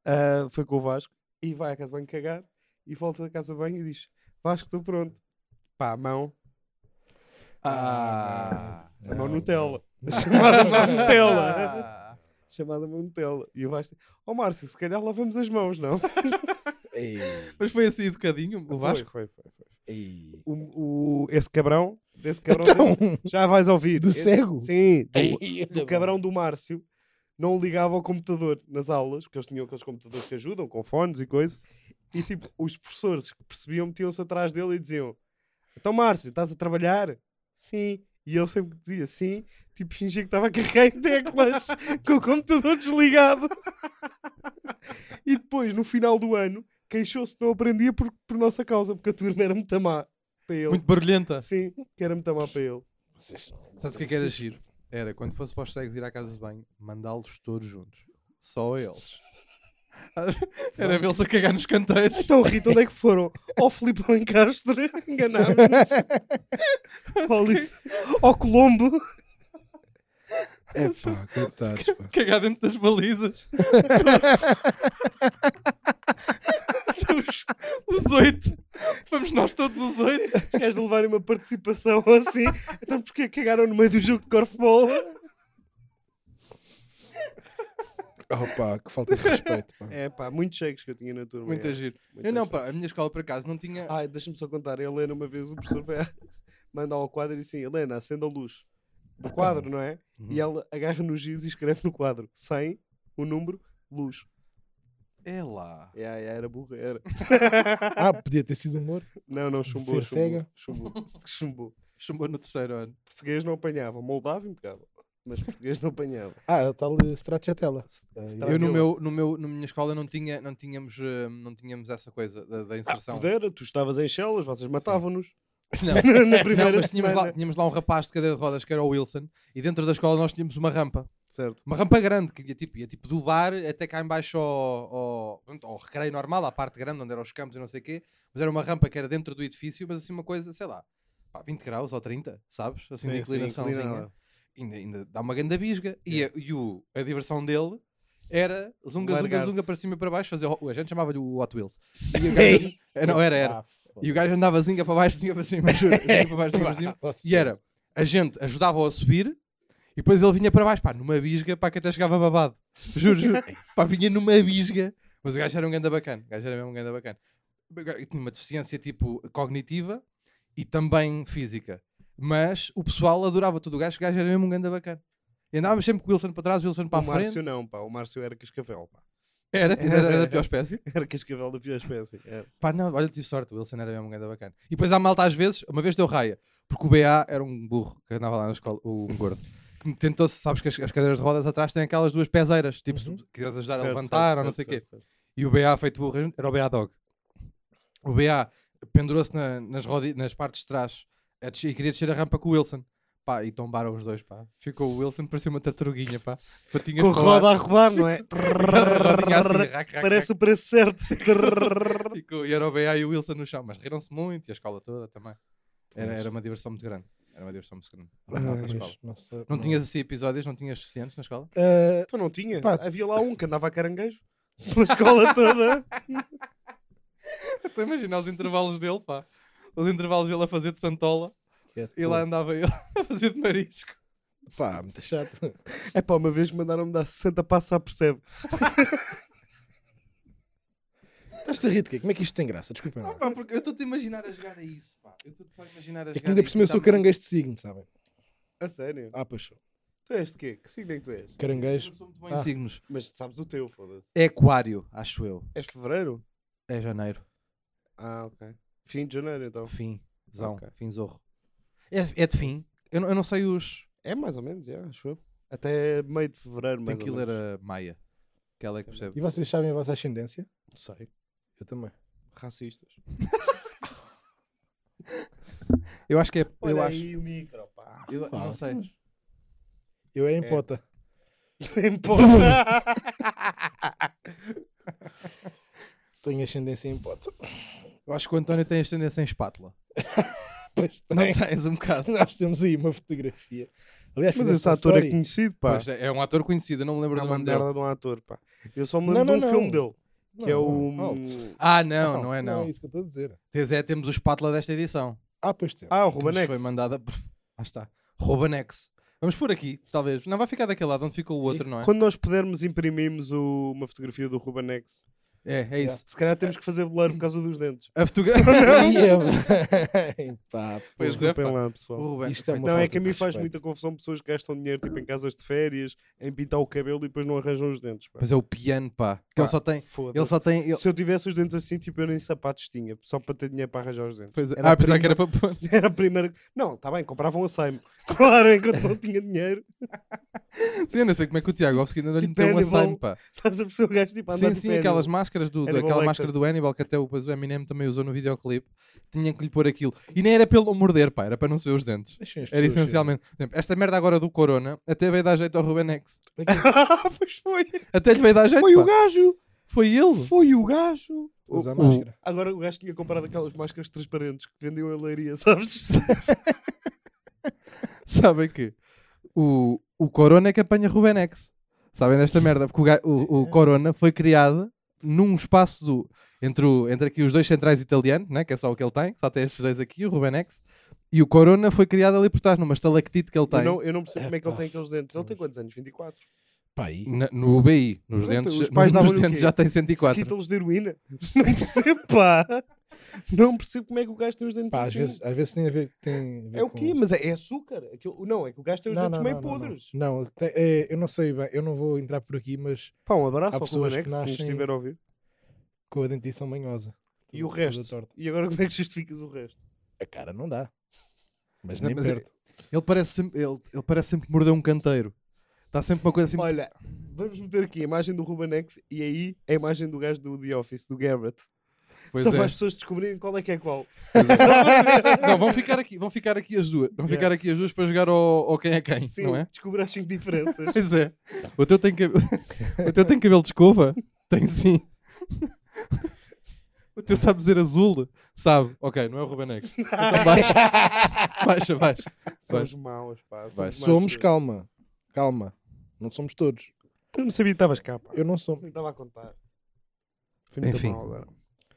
Ah, foi com o Vasco e vai à casa de banho cagar. e volta da casa bem e diz: Vasco, estou pronto. Pá, a mão, Ah, a mão Nutella. A chamada mão Nutella. Ah. chamada mão Nutella. E o Vasco, ó Márcio, se calhar lavamos as mãos, não? Ei, Mas foi assim educadinho, o Vasco. Foi, foi, foi, foi. ei. O, o- esse cabrão, desse cabrão, Então, já vais ouvir. do Esse- cego? Sim, do, Ei, do cabrão do Márcio não ligava ao computador nas aulas, porque eles tinham aqueles computadores que ajudam, com fones e coisa, e tipo, os professores que percebiam metiam-se atrás dele e diziam: Então, Márcio, estás a trabalhar? Sim. E ele sempre dizia sim, tipo, fingia que estava a carregar em teclas com o computador desligado. e depois, no final do ano, queixou-se que não aprendia por, por nossa causa, porque a turma era muito má para ele. Muito barulhenta. Sim, que era muito má para ele. Vocês- Sabes o que é que era giro? Era quando fosse para os cegos ir à casa de banho, mandá-los todos juntos. Só eles. Era vê-los a cagar nos canteiros. Então, Rita, onde é que foram? Ao Filipe Lancastre, enganámos-nos. ao, Lice- ao Colombo. É pá, coitados, pá. Cagar dentro das balizas. Todos. os, os oito. Vamos nós todos os oito. Os gajos levarem uma participação assim. Então, porquê cagaram no meio do jogo de corfball? Oh, pá, que falta de respeito, pá. É pá, muitos cheques que eu tinha na turma. Muito é. giro. Muito Eu não, giro. Ah, pá, a minha escola por acaso não tinha. Ai, deixa-me só contar. A Helena, uma vez, o professor vai manda ao quadro e assim: Helena, acenda a luz Então. do quadro, não é? Uhum. E ela agarra no giz e escreve no quadro: 100, o número, luz. É lá. Yeah, yeah, era burra, era. Ah, podia ter sido humor. Não, não, De chumbou, ser chumbou, cega? chumbou, chumbou. Chumbou no terceiro ano. português não apanhava. Moldávio impecável, mas português não apanhava. Ah, a tal Stracciatella. Eu no Tranquilo. meu, no meu, na minha escola não tinha, não tínhamos, eh, não tínhamos essa coisa da, da inserção. Ah, poder, tu estavas em chelas, vocês matavam-nos. Não. Na primeira Não, mas tínhamos lá, semana. tínhamos lá um rapaz de cadeira de rodas que era o Wilson e dentro da escola nós tínhamos uma rampa. Certo. Uma rampa grande que ia tipo, ia tipo do bar até cá em baixo ao, ao, pronto, ao recreio normal, à parte grande onde eram os campos e não sei o quê. Mas era uma rampa que era dentro do edifício, mas assim uma coisa, sei lá, pá, 20 graus ou 30, sabes? Assim de Sim, sim, inclinaçãozinha. inclinada. ainda, ainda dá uma grande bisga. E, a, e o- a diversão dele era zunga, zunga, Largar-se. zunga para cima e para baixo. Fazer, o- a gente chamava-lhe o Hot Wheels. E o gajo- é, não, era, era. Ah, E o gajo andava zinga para baixo, zinga para cima, juro, zinga para baixo, zinga para cima. vocês. E era, a gente ajudava-o a subir e depois ele vinha para baixo, pá, numa bisga, pá, que até chegava babado. Juro, juro. pá, vinha numa bisga. Mas o gajo era um ganda bacana, o gajo era mesmo um ganda bacana. E tinha uma deficiência, tipo, cognitiva e também física. Mas o pessoal adorava tudo o gajo, o gajo era mesmo um ganda bacana. E andávamos sempre com o Wilson para trás, o Wilson para o a frente. Márcio não, pá. O Márcio era cascavel, pá. Era, era, era da pior espécie. Era cascavel da pior espécie. É. era. Pá, não, olha, tive sorte, o Wilson era mesmo um ganda bacana. E depois há malta às vezes, uma vez deu raia, porque o BA era um burro que andava lá na escola, o Uhum. um gordo, que me tentou, sabes que as, as cadeiras de rodas atrás têm aquelas duas pezeiras, tipo, se tu quiseres ajudar a Uhum. Certo, levantar certo, ou não sei certo, o quê. certo, certo. E o BA, feito burro, era o BA Dog. O BA pendurou-se na- nas, rodi- nas partes de trás a descer- e queria descer a rampa com o Wilson. Pá, e tombaram os dois, pá. Ficou o Wilson, parecia uma tartaruguinha, pá. Patinhas Com a para o ar, roda a rodar, não é? rodinha assim, rac, rac, rac. Parece o preço certo. Ficou- E era o BA e o Wilson no chão, mas riram-se muito e a escola toda também. Era, era uma diversão muito grande. Era uma diversão muito grande para a nossa Mas, escola. nossa, Não tinhas assim episódios, não tinhas suficientes na escola? Ah, tu não tinha? Pá. Havia lá um que andava a caranguejo. Pela escola toda. Estou a imaginar os intervalos dele, pá. Os intervalos dele a fazer de santola é, e lá andava ele a fazer de marisco. Pá, muito chato. É pá, uma vez mandaram-me dar 60 passos à percebe. Estás-te a rir de quê? Como é que isto tem graça? Desculpem lá. Ah, Pá, porque eu estou-te a imaginar a jogar a isso, pá. Eu estou-te só a imaginar a É jogar que ainda a por isso cima eu sou também. caranguejo de signo, sabem? A sério? Ah, pois sou. Tu és de quê? Que signo é que tu és? Eu Caranguejo. sou muito bom em Ah. signos. Mas sabes o teu, foda-se. É aquário, acho eu. És fevereiro? É janeiro. Ah, ok. Fim de janeiro, então. Fim. Zão. Ok. Fim zorro. É, é de fim. Eu, não- eu não sei os... É mais ou menos, já, acho eu. Até meio de fevereiro, mais Tem que ou ler menos. a Maia. Que ela é que E percebe. vocês sabem a vossa ascendência? Sei. Eu também. Racistas. Eu acho que é. Olha eu acho. aí o micro, pá. Eu Pá, não sei. então- Eu é em É. pota. Importa. Tenho ascendência em pota. Eu acho que o António tem ascendência em espátula. Pois Não tem. tens um bocado. Nós temos aí uma fotografia. Aliás, Mas esse fizeste uma ator é story. conhecido, pá. Pois é, é um ator conhecido, eu não me lembro é do uma nome dele. merda de um ator, pá. Eu só me lembro de Não, um não, filme não. dele. que é o. Ah, não, não, é não. é isso que eu estou a dizer. Tens é, temos o espátula desta edição. Ah, pois tem. Ah, o que nos Rubanex. Foi mandada por... Ah, está. Rubanex. Vamos por aqui, talvez. Não vai ficar daquele lado onde ficou o outro, não é? Quando nós pudermos, imprimimos o- uma fotografia do Rubanex. É, é isso. Se calhar temos que fazer blur por causa dos dentes. A fotografia... Ia bem, pá, Pois pô. é, Desculpem pá. lá, pessoal. O Ruben, Isto é uma Não, é falta que a de mim faz respeito. muita confusão pessoas que gastam dinheiro tipo, em casas de férias, em pintar o cabelo e depois não arranjam os dentes. pá. Pois é, o piano, pá. Que ele só tem... Foda-se. Ele só tem... ele- Se eu tivesse os dentes assim, tipo, eu nem sapatos tinha, só para ter dinheiro para arranjar os dentes. Pois é. Era Ah, a pensava que era prima- para pôr. Era a primeira. Não, está bem, compravam a Saimo. Claro, é enquanto não tinha dinheiro, Sim, eu não sei como é que o Tiago Ovski ainda lhe Tipo meteu um Hannibal. assaio, pá. estás a pessoa o gajo tipo a andar Sim, de sim, pé, aquelas não? máscaras do, do- Hannibal aquela Lecter. máscara do Hannibal que até o, depois o Eminem também usou no videoclipe. Tinha que lhe pôr aquilo. E nem era pelo morder, pá, era para não se ver os dentes. Deixem as Era pessoas essencialmente. Por exemplo, esta merda agora do Corona até veio dar jeito ao Rubenex. Ah, pois foi. Até lhe veio dar jeito. Foi pá. o gajo. Foi ele. Foi o gajo. serem. Usa a O- máscara. Agora o gajo tinha comprado aquelas máscaras transparentes que vendiam em leiria, sabes? Sabem que o, o Corona é que apanha Rubenex. Sabem desta merda? Porque o, ga- o, o Corona foi criado num espaço do, entre, o- entre aqui os dois centrais italianos, né? que é só o que ele tem, só tem estes dois aqui, o Rubenex. E o Corona foi criado ali por trás, numa estalactite que ele tem. Eu não, eu não percebo como é que ele Epá, tem aqueles dentes. Ele tem quantos anos? 24. Pá, aí. Na- no UBI, nos Pronto, dentes, os pais nos davam-lhe o dentes quê? já tem Quatro. 104. Skittles de heroína. Não percebo, pá. Não percebo como é que o gajo tem os dentes Pá, assim. às vezes, às vezes tem a ver. Tem a ver É o com- quê? Mas é, é açúcar? Aquilo... Não, é que o gajo tem os Não, dentes não, meio não, não, podres. Não, Não, tem- é, eu não sei bem, eu não vou entrar por aqui, mas Pá, um Há abraço ao pessoas Rubanex, que se nos nascem- estiver a ouvir. com a dentição manhosa. E o Toda- toda resto? torta. E agora como é que justificas o resto? A cara não dá. Mas Não, nem mas é- perto. Ele parece, sempre- ele, ele parece sempre morder um canteiro. Está sempre uma coisa assim. Olha, vamos meter aqui a imagem do Rubanex e aí a imagem do gajo do The Office, do Garrett. Pois Só é. para as pessoas descobrirem qual é que é qual. Não, vão ficar aqui, vão ficar aqui as duas. Vão Yeah. ficar aqui as duas para jogar ao, ao quem é quem, Sim, não é? descobrir as cinco diferenças. Pois é. O teu tem cabelo, o teu tem cabelo de escova? Tem sim. O teu sabe dizer azul? Sabe. Ok, não é o Rubenex. Então baixa. Baixa, baixa. Somos maus, pá. Somos, Vai. maus Somos, mesmo. calma. Calma. Não somos todos. Eu não sabia que estavas cá, pá. Eu não sou. Nem estava a contar. Fui muito Enfim. mal agora.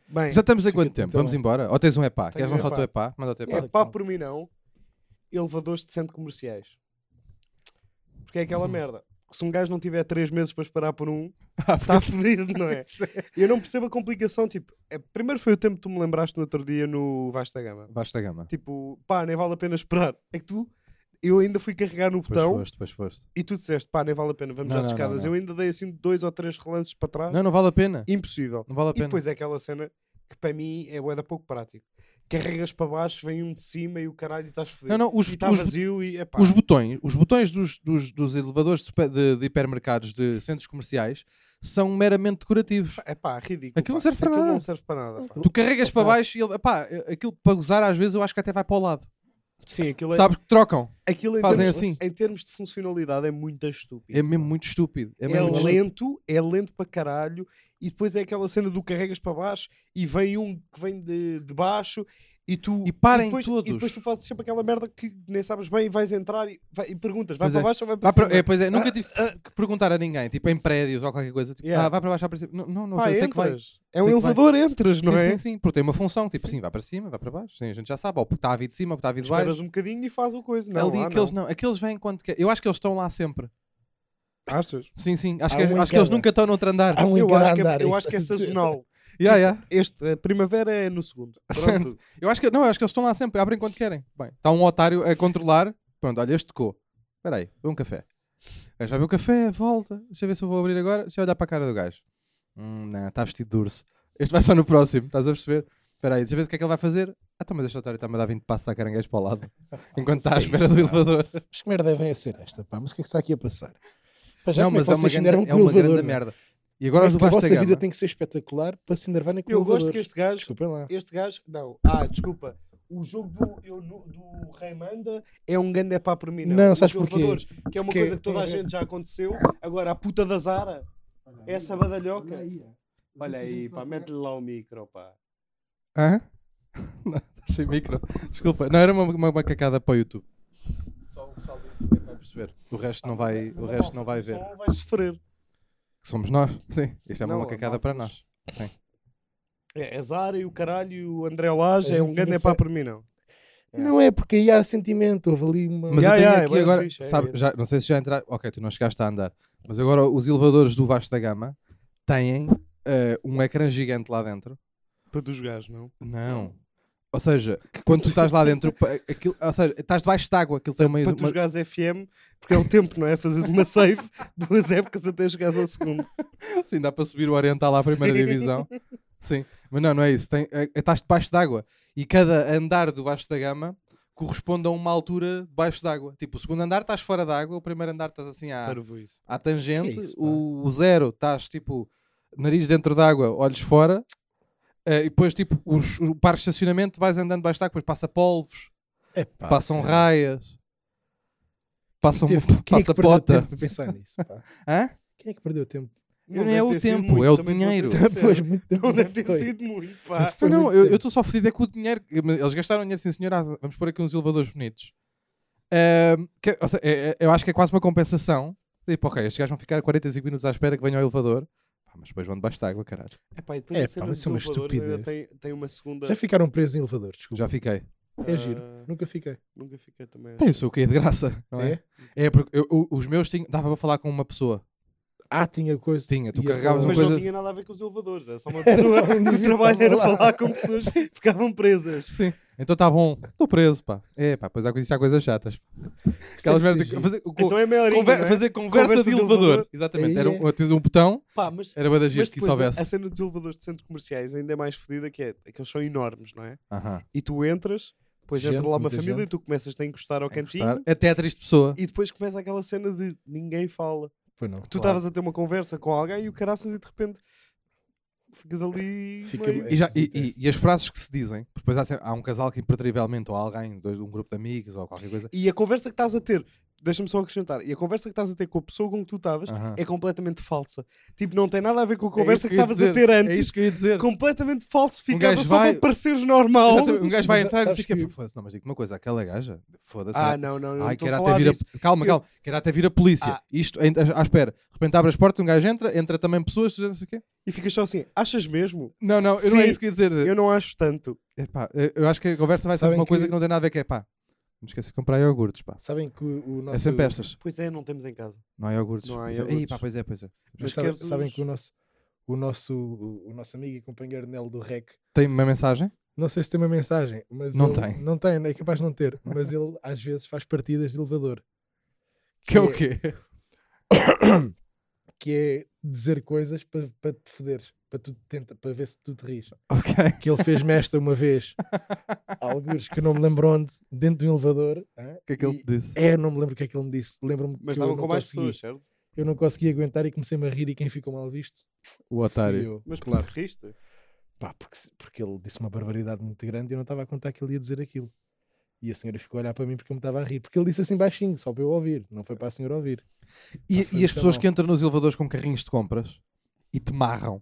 Bem, Já estamos a Fica quanto tudo tempo? tão Vamos bem. embora? Ou tens um epá? Tenho Queres um lançar o epá. teu epá? Manda o teu epá. é Claro que pá, não. por mim não. Elevadores de centro comerciais. Porque é Hum. aquela merda. Se um gajo não tiver 3 meses para esperar por um, Ah, está fedido, não é? Eu não percebo a complicação. Tipo, é, primeiro foi o tempo que tu me lembraste no outro dia no Vasta Gama. Basta gama. Tipo, pá, nem vale a pena esperar. É que tu, eu ainda fui carregar no Depois botão foste, depois foste. e tu disseste, pá, nem vale a pena, vamos Não, às não, não, escadas. não. Eu ainda dei assim dois ou três relances para trás. Não, não vale a pena. Impossível. Não vale a E pena. depois é aquela cena que para mim é bué da pouco prático. Carregas para baixo, vem um de cima e o caralho e estás fodido. Não, não, os- e está os- vazio e epá, Os botões, os botões dos, dos, dos elevadores de, super- de- de hipermercados, de centros comerciais, são meramente decorativos. epá, ridículo. Aquilo não pá. serve para Aquilo nada. não serve para nada. pá. Tu carregas para Opa, baixo e ele, epá, aquilo para gozar às vezes eu acho que até vai para o lado. Sim, aquilo, é, Sabes que trocam. aquilo em, fazem termos, assim. em termos de funcionalidade é muito estúpido. É mesmo muito estúpido. É É mesmo muito estúpido. lento, é lento para caralho, e depois é aquela cena do carregas para baixo e vem um que vem de, de baixo e tu E parem depois, todos. e depois tu fazes sempre aquela merda que nem sabes bem e vais entrar e, vai- e perguntas, vai Pois para é. baixo ou vai para Vai cima? para- é, pois é, nunca tive que perguntar a ninguém, tipo em prédios ou qualquer coisa, tipo, Ah, Yeah. ah, vai para baixo, vai para cima. Não, não, não Pá, sei, eu sei que vai. entras. É um Sei que vai. elevador, entras, não sim, é? sim, sim, porque tem uma função, tipo assim, vai para cima, vai para baixo, sim, a gente já sabe, ou porque está a vir de cima, ou porque está a vir de baixo. Esperas um bocadinho e faz o coisa. Não, É Ali lá aqueles não. não. aqueles vêm quando quer. Eu acho que eles estão lá sempre. Achas? Sim, sim, acho, Há que, um em acho que eles cada. nunca estão noutro andar. Há um em eu cada acho que andar, é, eu isso acho que é estás a dizer. sazonal. Yeah, yeah. Este, a primavera é no segundo. Pronto. Eu acho que não, eu acho que eles estão lá sempre, abrem quando querem. Bem, está um otário a controlar. Pronto, olha, este tocou. Espera aí, vê um café. O gajo vai ver o café, volta. Deixa eu ver se eu vou abrir agora. Deixa eu olhar para a cara do gajo. Hum, não, está vestido de urso. Este vai só no próximo, estás a perceber? Espera aí, deixa eu ver o que é que ele vai fazer. Ah, então, mas este otário está-me a dar 20 passos a caranguejo para o lado. Enquanto está à espera do elevador. Mas que merda vem a ser esta, pá? Mas o que é que está aqui a passar? Pá, já Não, como é mas que é vocês uma se grande, enervam é com uma grande elevadores, merda. E Como agora é os do que a Vasco vossa da vida Gama. tem que ser espetacular para se enervarem com Eu gosto elevadores. que este gajo. Desculpem lá. Este gajo. Não. Ah, desculpa. O jogo do, eu, no- do Rei Manda é um grande é pá para mim. Não, Não, Os sabes porquê? elevadores, Que é uma Porque coisa que toda a tem- gente já aconteceu. Agora, a puta da Zara. Essa badalhoca. Olha aí, pá, mete-lhe lá o micro, pá. Hã? Não, sem micro. Desculpa, não era uma, uma macacada para o YouTube. Só o pessoal do YouTube é que vai perceber. O resto não vai, o resto não vai ver. Só vai sofrer. Somos nós, sim. Isto é uma Não, a macacada malta para dos- nós. É, é Zara e o caralho e o André Lage é um grande é pá por mim, não. É. Não é porque aí há sentimento, houve ali uma. Mas Yeah, eu tenho yeah, é aqui bué agora, fixe, é sabe, esse. já, não sei se já entrar. Ok, tu não chegaste a andar, mas agora os elevadores do Vasco da Gama têm eh, um ecrã gigante lá dentro. Para dos gajos, não. Não. Ou seja, que quando tu estás lá dentro, pa- aquilo, ou seja, estás debaixo de água, aquilo tem uma, Para tu uma- jogares FM, porque é o tempo, não é? Fazes uma save duas épocas até chegares ao segundo. Sim, dá para subir o Oriental à primeira Sim. divisão. Sim, mas não, não é isso. Tem, é- estás debaixo d'água e cada andar do Vasco da Gama corresponde a uma altura debaixo d'água. Tipo, o segundo andar estás fora d'água, o primeiro andar estás assim à, Parvo isso. à tangente, Que é isso, pá? o, o zero estás tipo nariz dentro d'água, olhos fora, eh, e depois tipo os, o parque de estacionamento vais andando debaixo d'água, depois passa polvos, É pá, passam sério. raias, passam, Teve- quem é que um passa perdeu pota. tempo Para pensar nisso, pá? Hã? Quem é que perdeu tempo? Não é o tempo, é o dinheiro. Pois, muito tempo. Não deve ter foi. sido muito, pá. Foi não, muito eu tempo. estou só fodido é com o dinheiro. que- mas Eles gastaram dinheiro, sim senhor. ah, vamos pôr aqui uns elevadores bonitos. Ahm, que- ou seja, é- é- eu acho que é quase uma compensação. Tipo, ok, estes gajos vão ficar 45 minutos à espera que venha o elevador. Pá, mas depois vão debaixo de água, caralho. Epá, e depois a É, pá, cena mas dos isso é uma elevadores ainda estupidez. tem, tem uma segunda. Já ficaram presos em elevador, desculpa. Já fiquei. É ah, giro. Nunca fiquei. Nunca fiquei também. Tem o seu quê de graça, não é? É? É, porque eu- o- os meus tinham, dava para falar com uma pessoa. Ah, tinha coisa. Tinha, tu E carregavas agora- Mas uma não coisa- tinha nada a ver com os elevadores. Era só uma Era só pessoa. um O indivíduo trabalho que era estava lá. falar com pessoas que ficavam presas. Sim. Então tá bom, estou preso, pá. É, pá, pois há coisas, há coisas chatas. Aquelas Isso é merdas. giro. Fazer, co- Então é meia horinha, conver- não é? fazer conversa, de elevador. Exatamente. Aí Era, um- tens um botão, Pá, mas, era bada mas giro que isso depois a- houvesse. a cena dos elevadores de centros comerciais ainda é mais fodida que é. Aqueles são enormes, não é? Aham. E tu entras, depois Gente, entra lá uma muita família gente. e tu começas a encostar ao É cantinho. gostar. Até a triste pessoa. E depois começa aquela cena de ninguém fala. Pois não. Tu estavas a ter uma conversa com alguém e o caraças e de repente ficas ali. Fica- meio- E, já- e- Esquisito, é. e- e as frases que se dizem, porque depois há, sempre- há um casal que impertrivelmente, ou alguém, dois, um grupo de amigos, ou qualquer coisa. E a conversa que estás a ter, deixa-me só acrescentar, e a conversa que estás a ter com a pessoa com que tu estavas Aham. é completamente falsa. Tipo, não tem nada a ver com a É isso conversa eu que ia estavas a dizer, ter antes. É isso que eu ia dizer. Completamente falsificada Um gajo só vai- para pareceres normal. Exatamente, Um gajo vai Mas, entrar e sabes diz que é. que- Foda-se, não, mas digo uma coisa, aquela gaja, foda-se. Ah, ela- não, não, não. Ai, estou quer a até falar vir disso. a... Calma, Eu- calma. Quer até vir a polícia. Ah. Isto, ent- à espera. De repente abres as portas, um gajo entra, entra também pessoas, não sei o quê. E ficas só assim, achas mesmo? Não, não, eu não é Sim. isso que eu ia dizer. Eu não acho tanto. Epá, eu- eu acho que a conversa vai ser Sabem uma coisa que- que não tem nada a ver, que é pá, não esqueci de comprar iogurtes, pá. Sabem que o o nosso. É sempre estas. Pois é, não temos em casa. Não há iogurtes. Não há Pois é. Ih, iogurtes. pá, pois é, pois é. Mas Mas sabem, queres sabem os- que o nosso, o nosso, o, o nosso amigo e companheiro Nelo do Rec, Tem uma mensagem? não sei se tem uma mensagem, mas Não ele- tem. não tem, é capaz de não ter, mas ele às vezes faz partidas de elevador, Que é o É. quê? que é dizer coisas para, para te foderes, para tu tenta, para ver se tu te ris. Ok. Que ele fez mestre uma vez, alguns que eu não me lembro onde, dentro de um elevador. hã? O que é que ele E- te disse? É, eu não me lembro o que é que ele me disse. Lembro-me Mas que eu estavam não, com mais consegui, pessoas, certo? eu não consegui aguentar e comecei-me a rir e quem ficou mal visto O fui otário. eu. Mas Claro. porque te riste? Pá, porque, se- porque ele disse uma barbaridade muito grande e eu não estava a contar que ele ia dizer aquilo. E a senhora ficou a olhar para mim porque eu me estava a rir. Porque ele disse assim baixinho, só para eu ouvir. Não foi para a senhora ouvir. E, Pá, foi e as então muito pessoas mal. que entram nos elevadores com carrinhos de compras e te marram,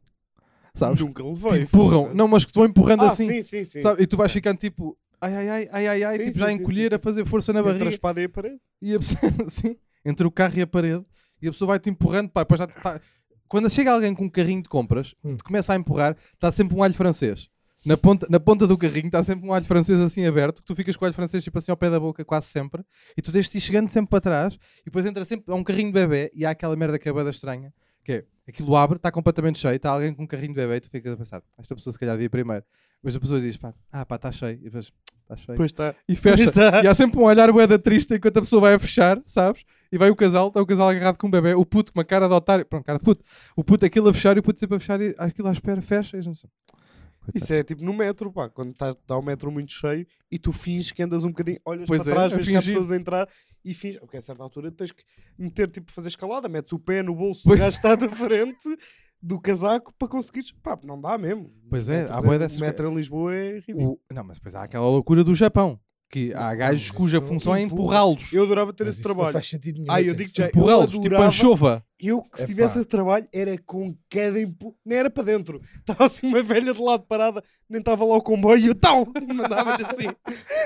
sabes? Nunca Te levei. empurram. foda-se. Não, mas que te vão empurrando Ah, assim, sim, sim, sim. sabe? E tu vais ficando tipo, ai, ai, ai, ai, ai, ai, Sim, tipo, sim, já a sim, encolher, sim, a fazer força na Entre a barriga. espada e a parede. E a pessoa, assim, entre o carro e a parede, e a pessoa vai-te empurrando, pá, depois já tá- Quando chega alguém com um carrinho de compras, Hum. te começa a empurrar, está sempre um alho francês. Na ponta, na ponta do carrinho está sempre um alho francês assim aberto, que tu ficas com o alho francês tipo assim ao pé da boca quase sempre, e tu tens de ir chegando sempre para trás, e depois entra sempre há um carrinho de bebê, e há aquela merda que é bada estranha, que é, aquilo abre, está completamente cheio, está alguém com um carrinho de bebê, e tu ficas a pensar, esta pessoa se calhar devia ir primeiro. Mas a pessoa diz, pá, ah pá, está cheio, e depois, está cheio Pois está. e fecha. Pois está. E há sempre um olhar boeda triste enquanto a pessoa vai a fechar, sabes? E vai o casal, está o casal agarrado com um bebê, o puto com uma cara de otário, pronto, cara de puto, o puto aquilo a fechar e o puto sempre a fechar e aquilo à espera, fecha, e eles não sei. Isso é tipo no metro, pá. Quando estás- está o metro muito cheio e tu finges que andas um bocadinho, olhas Pois para é, trás, a vês que há fingir. pessoas a entrar e finges. Porque a certa altura tens que meter, tipo, fazer escalada, metes o pé no bolso Pois. do gajo que está da frente do casaco para conseguires. Pá, não dá mesmo. Pois é, Quer há dizer, bué dessas O metro em Lisboa é ridículo. O- Não, mas depois há aquela loucura do Japão, que há gajos mas cuja isso não- função é isso- empurrá-los, Eu adorava ter Mas esse isso Não trabalho. faz sentido nenhum. Ah, eu atenção. digo já- empurrá-los, eu tipo adorava- anchova. Eu que se Epá. tivesse esse trabalho era com cada empu... Não era para dentro. Estava assim uma velha de lado parada, nem estava lá o comboio e eu tal! Mandava-lhe assim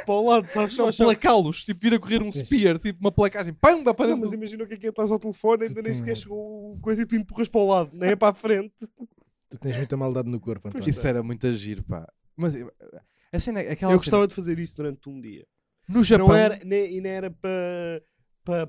para o lado, sabes? Só um Não, achava- placá-los, tipo vir a correr um Pois. spear, tipo uma placagem, pamba para Não, dentro. mas do- imagina o que é que é, estás ao telefone, ainda nem tens- sequer chegou o coisa e tu empurras para o lado, nem é para a frente. Tu tens muita maldade no corpo, António. Isso era muito agir, pá. Mas eh, a cena, aquela é. cena- Eu gostava de fazer isso durante um dia. no Japão, Não era, nem, e não era para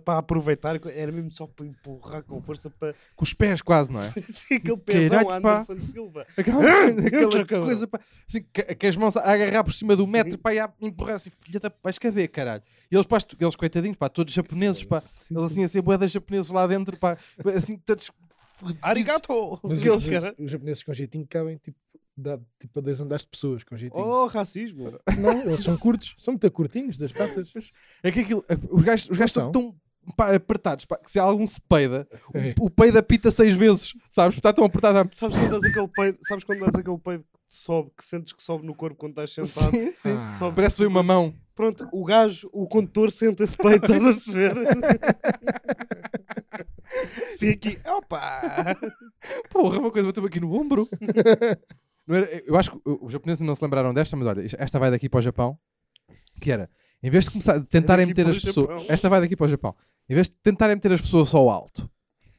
para aproveitar, era mesmo só para empurrar com força para com os pés quase, não é? Sim, aquele Caralho, pesão pá. Anderson Silva. Aquela, Outra aquela cama. coisa pá, assim, que, que as mãos a agarrar por cima do Sim. metro pá, e a empurrar assim, filha da vais caber, caralho. E eles, pá, estu- eles coitadinhos, pá, todos japoneses, pá, eles assim, assim, boedas japoneses lá dentro, pá, assim, todos fudidos. Arigato! Mas os, Aqueles japoneses- caras. os japoneses com jeitinho cabem tipo, dá, tipo a 10 andares de pessoas com jeitinho. Oh, racismo! Não, eles são curtos, são muito curtinhos das patas. É que aquilo, os gajos, os gajos estão são? tão pá, apertados, pá, que se algum se peida, É. o, o peido apita seis vezes, sabes? Está tão apertado. há- Sabes quando dás aquele peido, sabes quando dás aquele peido que te sobe, que sentes que sobe no corpo quando estás sentado? Sim, sim. Ah. Sobe. Parece que foi uma mão. Pronto, o gajo, o condutor sente esse peito, estás a perceber? Sim, aqui, opa! é Porra, uma coisa, bateu-me aqui no ombro. Não era- eu acho que o- os japoneses não se lembraram desta, mas olha, esta vai daqui para o Japão. Que era, em vez de começar, de tentarem daqui meter para o as pessoas. Japão. Esta vai daqui para o Japão. Em vez de tentarem meter as pessoas só ao alto,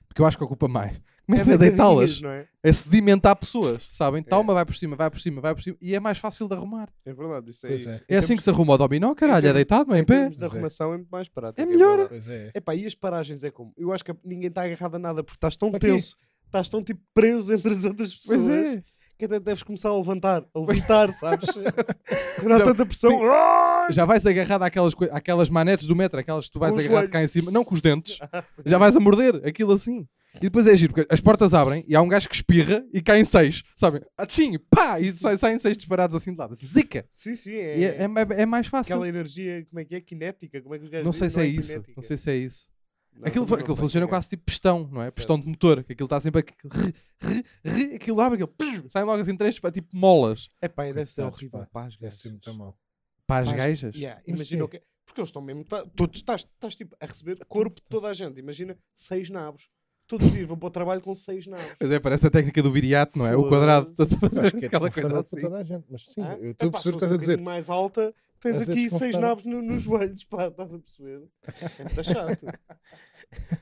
porque eu acho que ocupa mais, comecem a bocadinhas, deitá-las, não é? a sedimentar pessoas, sabem? Tá uma vai por cima, vai por cima, vai por cima, e é mais fácil de arrumar. É verdade, isso é Pois isso. é. Em É assim termos- que se arruma o dominó, caralho, é termos- deitado, não é em em pé. termos de Pois é. arrumação é muito mais prático. É melhor. verdade. Pois é. Epá, e as paragens é como? Eu acho que ninguém está agarrado a nada porque estás tão Aqui. tenso, estás tão tipo preso entre as outras pessoas Pois é. que até deves começar a levantar, a levantar, sabes? Quando há Já- tanta pressão, sim. Já vais agarrado àquelas, coi- àquelas manetes do metro, aquelas que tu vais Com os agarrado cá em cima, não com os dentes. já vais a morder aquilo assim. E depois é giro, porque as portas abrem e há um gajo que espirra e caem seis, sabem? Atchim, pá! E sai- saem seis disparados assim de lado, assim, zica! sim, sim, E é, É, é, ma- é mais fácil. aquela energia, como é que é? Kinética, como é que os gajos Não sei se dizem? é Não isso, kinética. não sei se é isso. Não, Aquilo, também não aquilo sei funciona como é. quase tipo pistão, não é? Certo. Pistão de motor, que aquilo está sempre aqui, re, re, re, aquilo abre, aquilo, psh, saem logo assim três, pá, tipo molas. é. Epá, e deve ser Coitados, horrível. pá. Pá, as Deve ser gajas. muito mal. Para as Pá, as- gajas. Yeah, Mas imagina o que é- Porque eles estão mesmo. tá- tu estás, estás tipo a receber corpo de toda a gente. Imagina seis nabos. Todos os dias vão para o trabalho com seis nabos. Mas é, parece a técnica do viriato, não é? O Foda-se. quadrado. Eu Acho que é aquela coisa desconfortável para assim. toda a gente, mas sim, Hã? eu estou a Epá, se perceber o que fosse estás um a dizer. bocadinho mais alta, tens Estás a aqui seis desconfortável. nabos no- nos joelhos, pá, estás a perceber? É muito chato.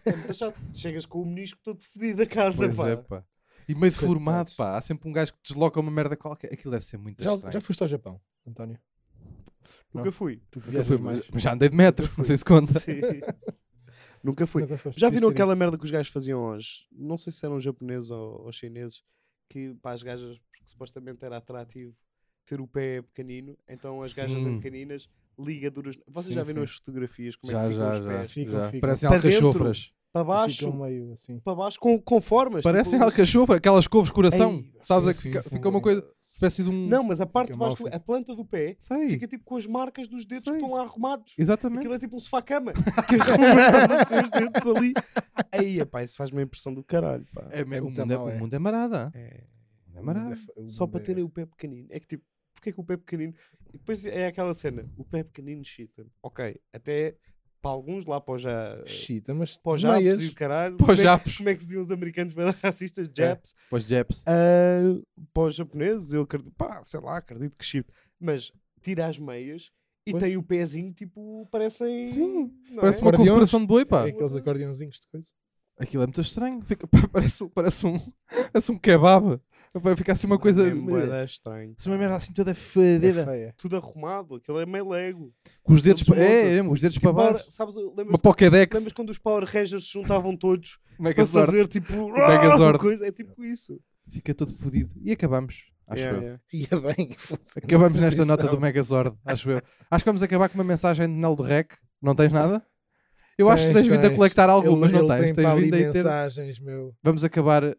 É muito chato. Chegas com o menisco todo fedido a casa, Pois pá. é, pá. E meio Coitados. deformado, pá. Há sempre um gajo que desloca uma merda qualquer. Aquilo deve ser muito Já, estranho. já foste ao Japão, António? Nunca fui. Tu Nunca fui, viajas mais. mas, mas já andei de metro, não sei se é conta. Sim. Nunca fui. Nunca foste. Já Podias viram ter aquela merda que os gajos faziam hoje? Não sei se eram japoneses ou, ou chineses, que para as gajas, porque supostamente era atrativo ter o pé pequenino, então as gajas Sim. em pequeninas, ligaduras. Vocês Sim, já viram as sim. fotografias? Como é Já, que ficam já, um os já. pés? Ficam, já. ficam. Parecem Para Tá dentro. alcachofras. Para ido. Ficam baixo, meio assim. para baixo, com, com formas. Parecem tipo- alcachofra, aquelas couves coração. Ei, Sabes? sim, é que sim, fica, sim, fica uma sim. coisa, espécie de um. Não, mas a parte de mal, baixo, do- fica. a planta do pé, sei. fica tipo com as marcas dos dedos Sei. que estão lá arrumados. Exatamente. Aquilo é tipo um sofá-cama. que arrumas todos os seus dedos ali. Aí, pá, isso faz-me a impressão do caralho, pá. É, mesmo, o, Muito mundo é, mal, o é. mundo é marada. É. O mundo é Hum, marada. Só para terem o pé pequenino. É que tipo, porque é que o pé pequenino. E depois é aquela cena, o pé pequenino chita. Ok, até para alguns lá para os já. Chita, mas Para os meias. japos e o caralho. Para os É. como é- japos. Como é que se diziam os americanos bem racistas? Japs. Para os japs. Ah, para os japoneses, eu acredito. Pá, sei lá, acredito que chita. Mas tira as meias e Pois. tem o pezinho tipo, parecem. Sim, não Parece é? uma Acordeões. corporação de boi, pá. É aqueles acordeãozinhos de coisa. Aquilo é muito estranho. Fica- pá, parece, um- parece um. Parece um kebab. Vai ficar assim uma coisa. É mesmo bué da estranho. Assim, uma merda assim toda É fedida. feia. Tudo arrumado, aquilo é meio lego. Com os dedos Aquilo para. É, é, assim. desmonta-se. os dedos Tipo, para baixo. agora, sabes, lembras, Uma Pokédex. lembras quando os Power Rangers se juntavam todos Como é que para é sorte? fazer tipo Megazord. coisa, é tipo isso. Fica todo fodido. E acabamos. Acho Yeah, eu. yeah. Ia é bem. fosse Acabamos uma nesta nota do definição. Megazord, acho eu. Acho que vamos acabar com uma mensagem de Nel do Rec. Não tens nada? Eu acho que Tens, tens vindo a tens. coletar algo, mas Ele- não ele tens. tem Tens para ali vindo a ter. mensagens, meu. Vamos acabar. Vamos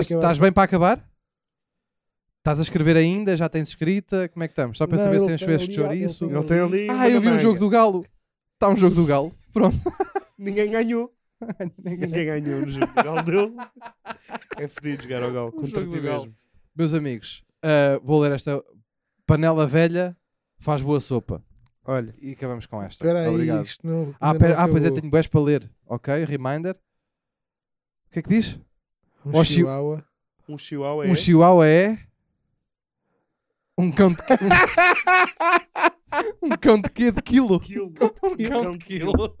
Estás acabar. estás bem para acabar? Estás a escrever ainda? Já tens escrita? Como é que estamos? Só para Não, saber se ele encheu tem este ali algo, ele chouriço. tem Não tem ali. Ah, eu vi um mandanga. jogo do Galo. Está um jogo do Galo. Pronto. Ninguém ganhou. Ninguém ganhou no jogo do Galo dele. É fedido jogar ao Galo O contra Um jogo ti do Galo. mesmo. Meus amigos, ah, vou ler esta panela velha. Faz boa sopa. Olha. E acabamos com esta. Espera aí, Obrigado. isto não. Ah, ainda pera- não ah, pois é, acabou. tenho boés para ler. Ok, reminder. O que é que diz? Um Oxi- chihuahua. Um chihuahua é. Um chihuahua é. Um cão de. um cão de quê? De quilo? quilo. Um cão de quilo.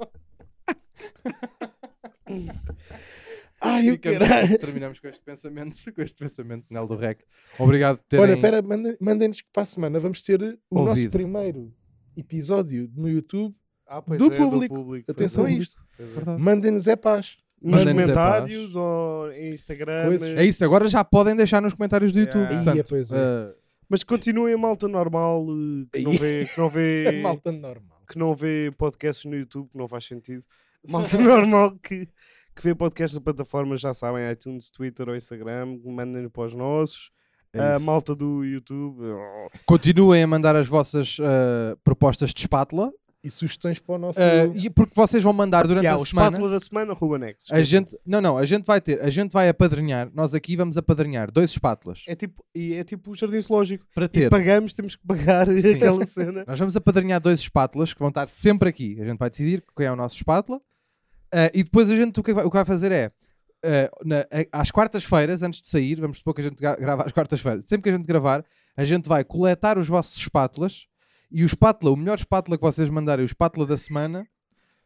Ai, o Ficamos- caralho. Terminamos com este pensamento, com este pensamento, Nel do Rec. Obrigado por terem... um Olha, espera, mandem- mandem-nos que para a semana vamos ter eh, o nosso Ouvido. primeiro episódio no YouTube. Ah, pois Do é, público. Do público. pois Atenção a é, isto. pois é. Verdade. Mandem-nos é paz. Nos Mandem-nos a comentários ou em Instagram. eh, Coisas. É isso, agora já podem deixar nos comentários do YouTube. Ah, Yeah. Portanto, Ia, pois é. eh, Mas continuem a malta normal eh, que não vê, que não eh, É vê, É Malta normal. que não vê podcasts no YouTube, que não faz sentido. Malta normal que, que vê podcasts na plataforma, já sabem, iTunes, Twitter ou Instagram, mandem para os nossos. é Ah, a isso. malta do YouTube. oh, Continuem a mandar as vossas eh, propostas de espátula. E sugestões para o nosso. eh, e porque vocês vão mandar durante yeah, a o semana. espátula da semana, Ruben X. A gente, não, não, a gente vai ter, a gente vai apadrinhar, nós aqui vamos apadrinhar dois espátulas É tipo, e é tipo o jardim zoológico. para ter. E pagamos, temos que pagar Sim. aquela cena. Nós vamos apadrinhar dois espátulas que vão estar sempre aqui. A gente vai decidir quem é o nosso espátula. Ah, e depois a gente o que vai, o que vai fazer é ah, na- a- às quartas-feiras, antes de sair, vamos supor que a gente gra- grava às quartas-feiras, sempre que a gente gravar, a gente vai coletar os vossos espátulas e o espátula, o melhor espátula que vocês mandarem, o espátula da semana,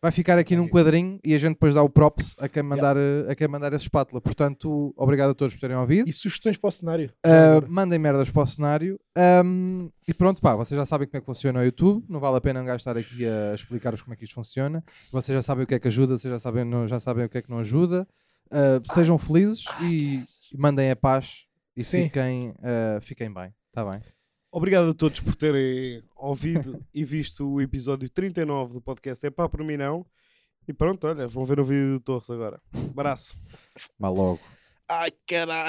vai ficar aqui num quadrinho e a gente depois dá o props a quem mandar, eh, a quem mandar esse espátula. Portanto, obrigado a todos por terem ouvido. E sugestões para o cenário. Uh, mandem merdas para o cenário. Um, e pronto, pá, vocês já sabem como é que funciona o YouTube. Não vale a pena gastar aqui a explicar-vos como é que isto funciona. Vocês já sabem o que é que ajuda, vocês já sabem, não- já sabem o que é que não ajuda. Uh, sejam felizes e mandem a paz e Sim. fiquem, uh, fiquem bem. Está bem? Obrigado a todos por terem ouvido e visto o episódio 39 do podcast É Pá Por Mim Não. E pronto, olha, vão ver o vídeo do Torres agora. Abraço. Vá logo. Ai, caralho.